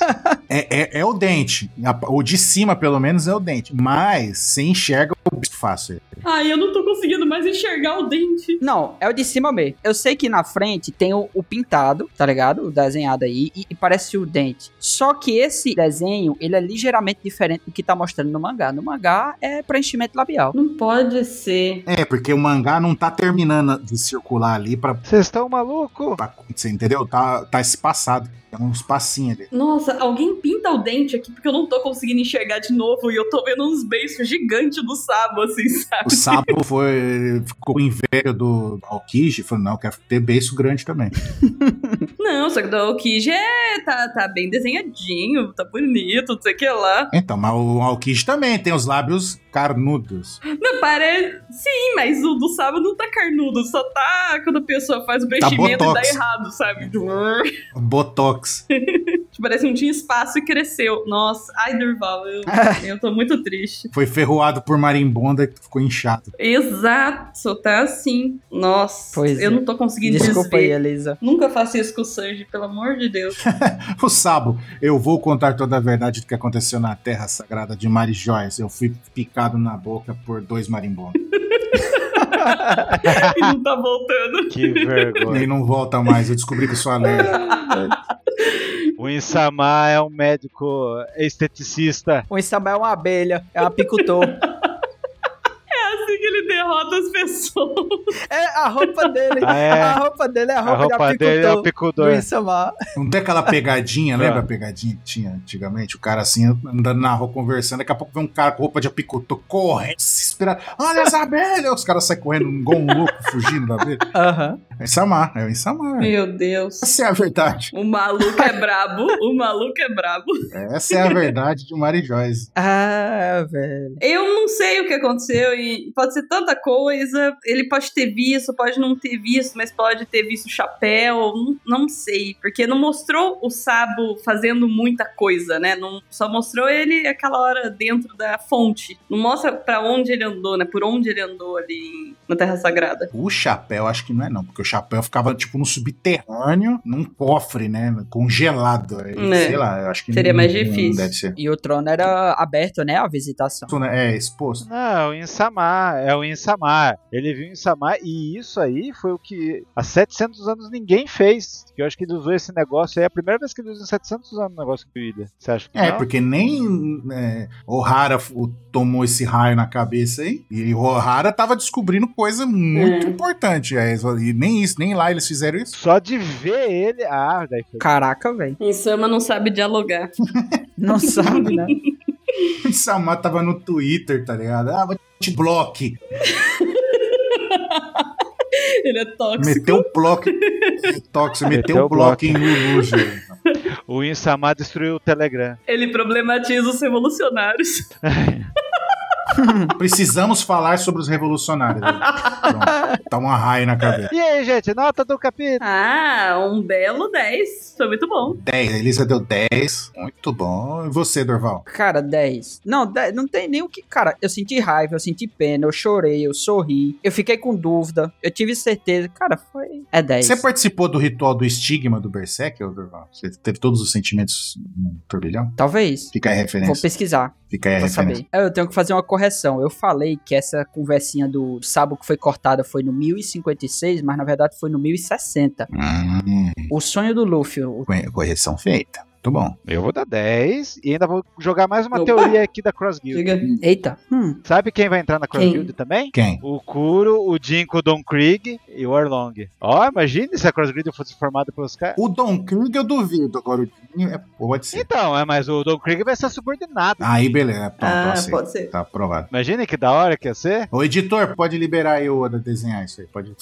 É, é- é o dente. A- O de cima, pelo menos, é o dente. Mas você enxerga o beiço fácil. Ai, eu não tô conseguindo mais enxergar o dente. Não, é o de cima mesmo. Eu sei que na frente tem o, o pintado, tá ligado? O desenhado aí, e, e parece o dente. Só que esse desenho, ele é ligeiramente diferente do que tá mostrando no mangá. No mangá é preenchimento labial. Não pode ser. É, porque o mangá não tá terminando de circular ali pra. Vocês estão malucos? pra- Você entendeu? Tá, tá espaçado. É um espacinho ali. Nossa, alguém pinta o dente aqui porque eu não tô conseguindo enxergar de novo e eu tô vendo uns beiços gigantes do Sabo, assim, sabe? O sapo foi, ficou com inveja do Alkiji. Falou, não, eu quero ter beiço grande também. Não, só que o da Okiji é, tá, tá bem desenhadinho, tá bonito, não sei o que lá. Então, mas o Alkiji também tem os lábios carnudos. Não, parece. Sim, mas o do Sabo não tá carnudo, só tá quando a pessoa faz o preenchimento e dá botox. errado, sabe? Botox. Parece que não tinha espaço e cresceu. Nossa, ai, Durval, (laughs) eu, eu tô muito triste. Foi ferroado por marimbonda que ficou inchado. Exato, tá assim. Nossa, Pois eu é. não tô conseguindo Desculpa aí, desver. Elisa. Nunca faça isso com o Sanji, pelo amor de Deus. (laughs) O Sabo, eu vou contar toda a verdade do que aconteceu na terra sagrada de Mary Joyce. Eu fui picado na boca por dois marimbondos. e não tá voltando. Que (laughs) vergonha. Ele não volta mais, eu descobri que sou alérgico. O Insama é um médico esteticista. O Isabel é uma abelha, é um apicultor. É assim que ele derrota as (laughs) pessoas. (laughs) é a roupa dele. Ah, é? A roupa dele é a A roupa, roupa de apicultor. dele é o do picudor. Issamar. Não tem aquela pegadinha, lembra Ah. a pegadinha que tinha antigamente? O cara assim, andando na rua conversando, daqui a pouco vem um cara com roupa de apicultor correndo, se esperando. Olha as abelhas! Os caras saem correndo igual um louco, fugindo da abelha. Aham. É Samar, é o Insamar. Meu Deus. Essa é a verdade. O maluco é brabo, o maluco é brabo. Essa é a verdade de Mary Joyce. Ah, velho. Eu não sei o que aconteceu e pode ser tanta coisa. Ele pode ter visto, pode não ter visto, mas pode ter visto o chapéu. Não, não sei, porque não mostrou o Sabo fazendo muita coisa, né? Não, só mostrou ele aquela hora dentro da fonte. Não mostra pra onde ele andou, né? Por onde ele andou ali na Terra Sagrada. O chapéu, acho que não é não, porque o chapéu ficava tipo no subterrâneo, num cofre, né? Congelado. Aí, É. Sei lá, eu acho que Seria não- mais não difícil. Deve ser. E o trono era aberto, né? A visitação. Isso, né, É, exposto. Não, o Insamar, é o Insamar. Ele viu o Insamar e isso aí foi o que há 700 anos ninguém fez. Que eu acho que ele usou esse negócio aí. É a primeira vez que ele usa em 700 anos o negócio do Ilha. Você acha que É, não? porque nem é, O'Hara f- o- tomou esse raio na cabeça aí. E o O'Hara tava descobrindo coisa muito É. importante. é, e nem isso, nem lá eles fizeram isso. (laughs) Só de ver ele. Ah, daí foi. Caraca, velho. Insama não sabe dialogar. (laughs) Não sabe, né? O Samar tava no Twitter, tá ligado? Ah, vou te bloque. Ele é tóxico. Meteu o bloco. Tóxico, meteu, Meteu o bloco bloco. em Lulu, gente. O Insamar destruiu o Telegram. Ele problematiza os revolucionários. Precisamos falar sobre os revolucionários. (laughs) Pronto. Tá uma raia na cabeça. E aí, gente, nota do capítulo. Ah, um belo 10. Foi muito bom. 10, a Elisa deu 10. Muito bom. E você, Dorval? Cara, 10. Não, 10, não tem nem o que. Cara, eu senti raiva, eu senti pena, eu chorei, eu sorri, eu fiquei com dúvida, eu tive certeza. Cara, foi. É 10. Você participou do ritual do estigma do Berserk, ô, Dorval? Você teve todos os sentimentos no turbilhão? Talvez. Fica aí a Vou referência. pesquisar Fica aí a pra referência. saber. É, Eu tenho que fazer uma correção. Eu falei que essa conversinha do sábado que foi cortada foi no 1056, mas na verdade foi no 1060. Hum, O sonho do Luffy. o- corre- correção feita. Muito bom. Eu vou dar 10 e ainda vou jogar mais uma Opa. teoria aqui da Cross Guild. Eita. Hum. Sabe quem vai entrar na Cross Quem? Guild também? Quem? O Kuro, o Jinko, o Don Krieg e o Arlong. Ó, imagine se a Cross Guild fosse formada pelos caras. O Don Krieg eu duvido. Agora o Dinho é... pode ser. Então, é, mas o Don Krieg vai ser subordinado. Aí, beleza. Pronto, ah, aceito. pode ser. Tá aprovado. Imagine que da hora que ia ser. Ô, editor, pode liberar aí o Oda desenhar isso aí. Pode. (laughs)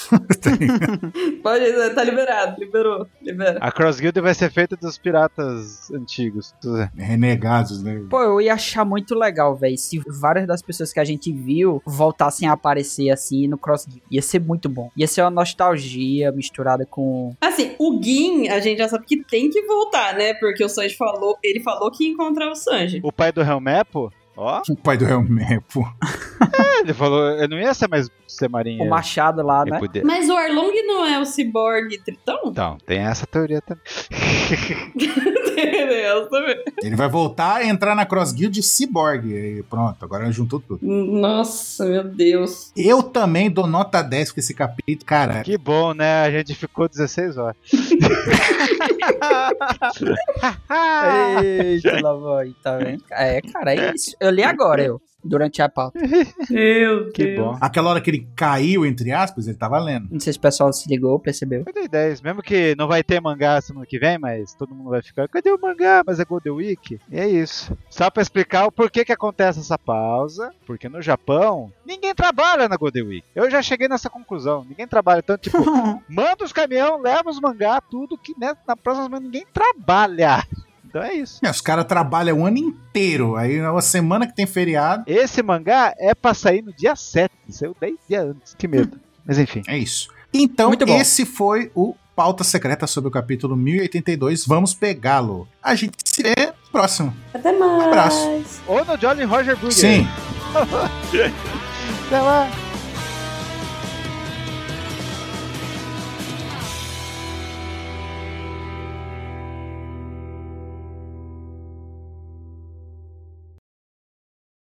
Pode, tá liberado, liberou, libera. A Cross Guild vai ser feita dos piratas personagens antigos. Renegados, né? Pô, eu ia achar muito legal, velho, se várias das pessoas que a gente viu voltassem a aparecer assim no Cross Gear. Ia ser muito bom. Ia ser uma nostalgia misturada com. Assim, o Gin, a gente já sabe que tem que voltar, né? Porque o Sanji falou, ele falou que ia encontrar o Sanji. O pai do Helmepo, ó, O pai do Helmepo. ele falou, ele não ia ser mais ser marinheiro. O Machado lá, Ele né? podia- Mas o Arlong não é o ciborgue (laughs) tritão? Então, tem essa teoria também. Eu também. Ele vai voltar a entrar na Cross Guild de Cyborg. E pronto, agora juntou tudo. Nossa, meu Deus. Eu também dou nota 10 pra esse capítulo, cara. Que bom, né? A gente ficou 16 horas. Ah! Eita, lá vai, tá vendo? É, cara, é isso. Eu li agora, eu, durante a pauta. Meu que Deus. bom. Aquela hora que ele caiu, entre aspas, ele tá valendo. Não sei se o pessoal se ligou, percebeu. Eu dei 10. Mesmo que não vai ter mangá semana que vem, mas todo mundo vai ficar. Cadê o mangá? Mas é Golden Week? E é isso. Só pra explicar o porquê que acontece essa pausa. Porque no Japão, ninguém trabalha na Golden Week. Eu já cheguei nessa conclusão. Ninguém trabalha. Então, tipo, manda os caminhão, leva os mangá, tudo que né, na próxima semana ninguém trabalha. Então é isso. É, os caras trabalham o ano inteiro. Aí é uma semana que tem feriado. Esse mangá é pra sair no dia 7. Saiu 10 dias antes. Que medo. Mas enfim. É isso. Então, Muito bom. esse foi o Pauta Secreta sobre o capítulo 1082. Vamos pegá-lo. A gente se vê no próximo. Até mais. Abraço. Ou no Jolly Roger Burger. Sim. Até lá.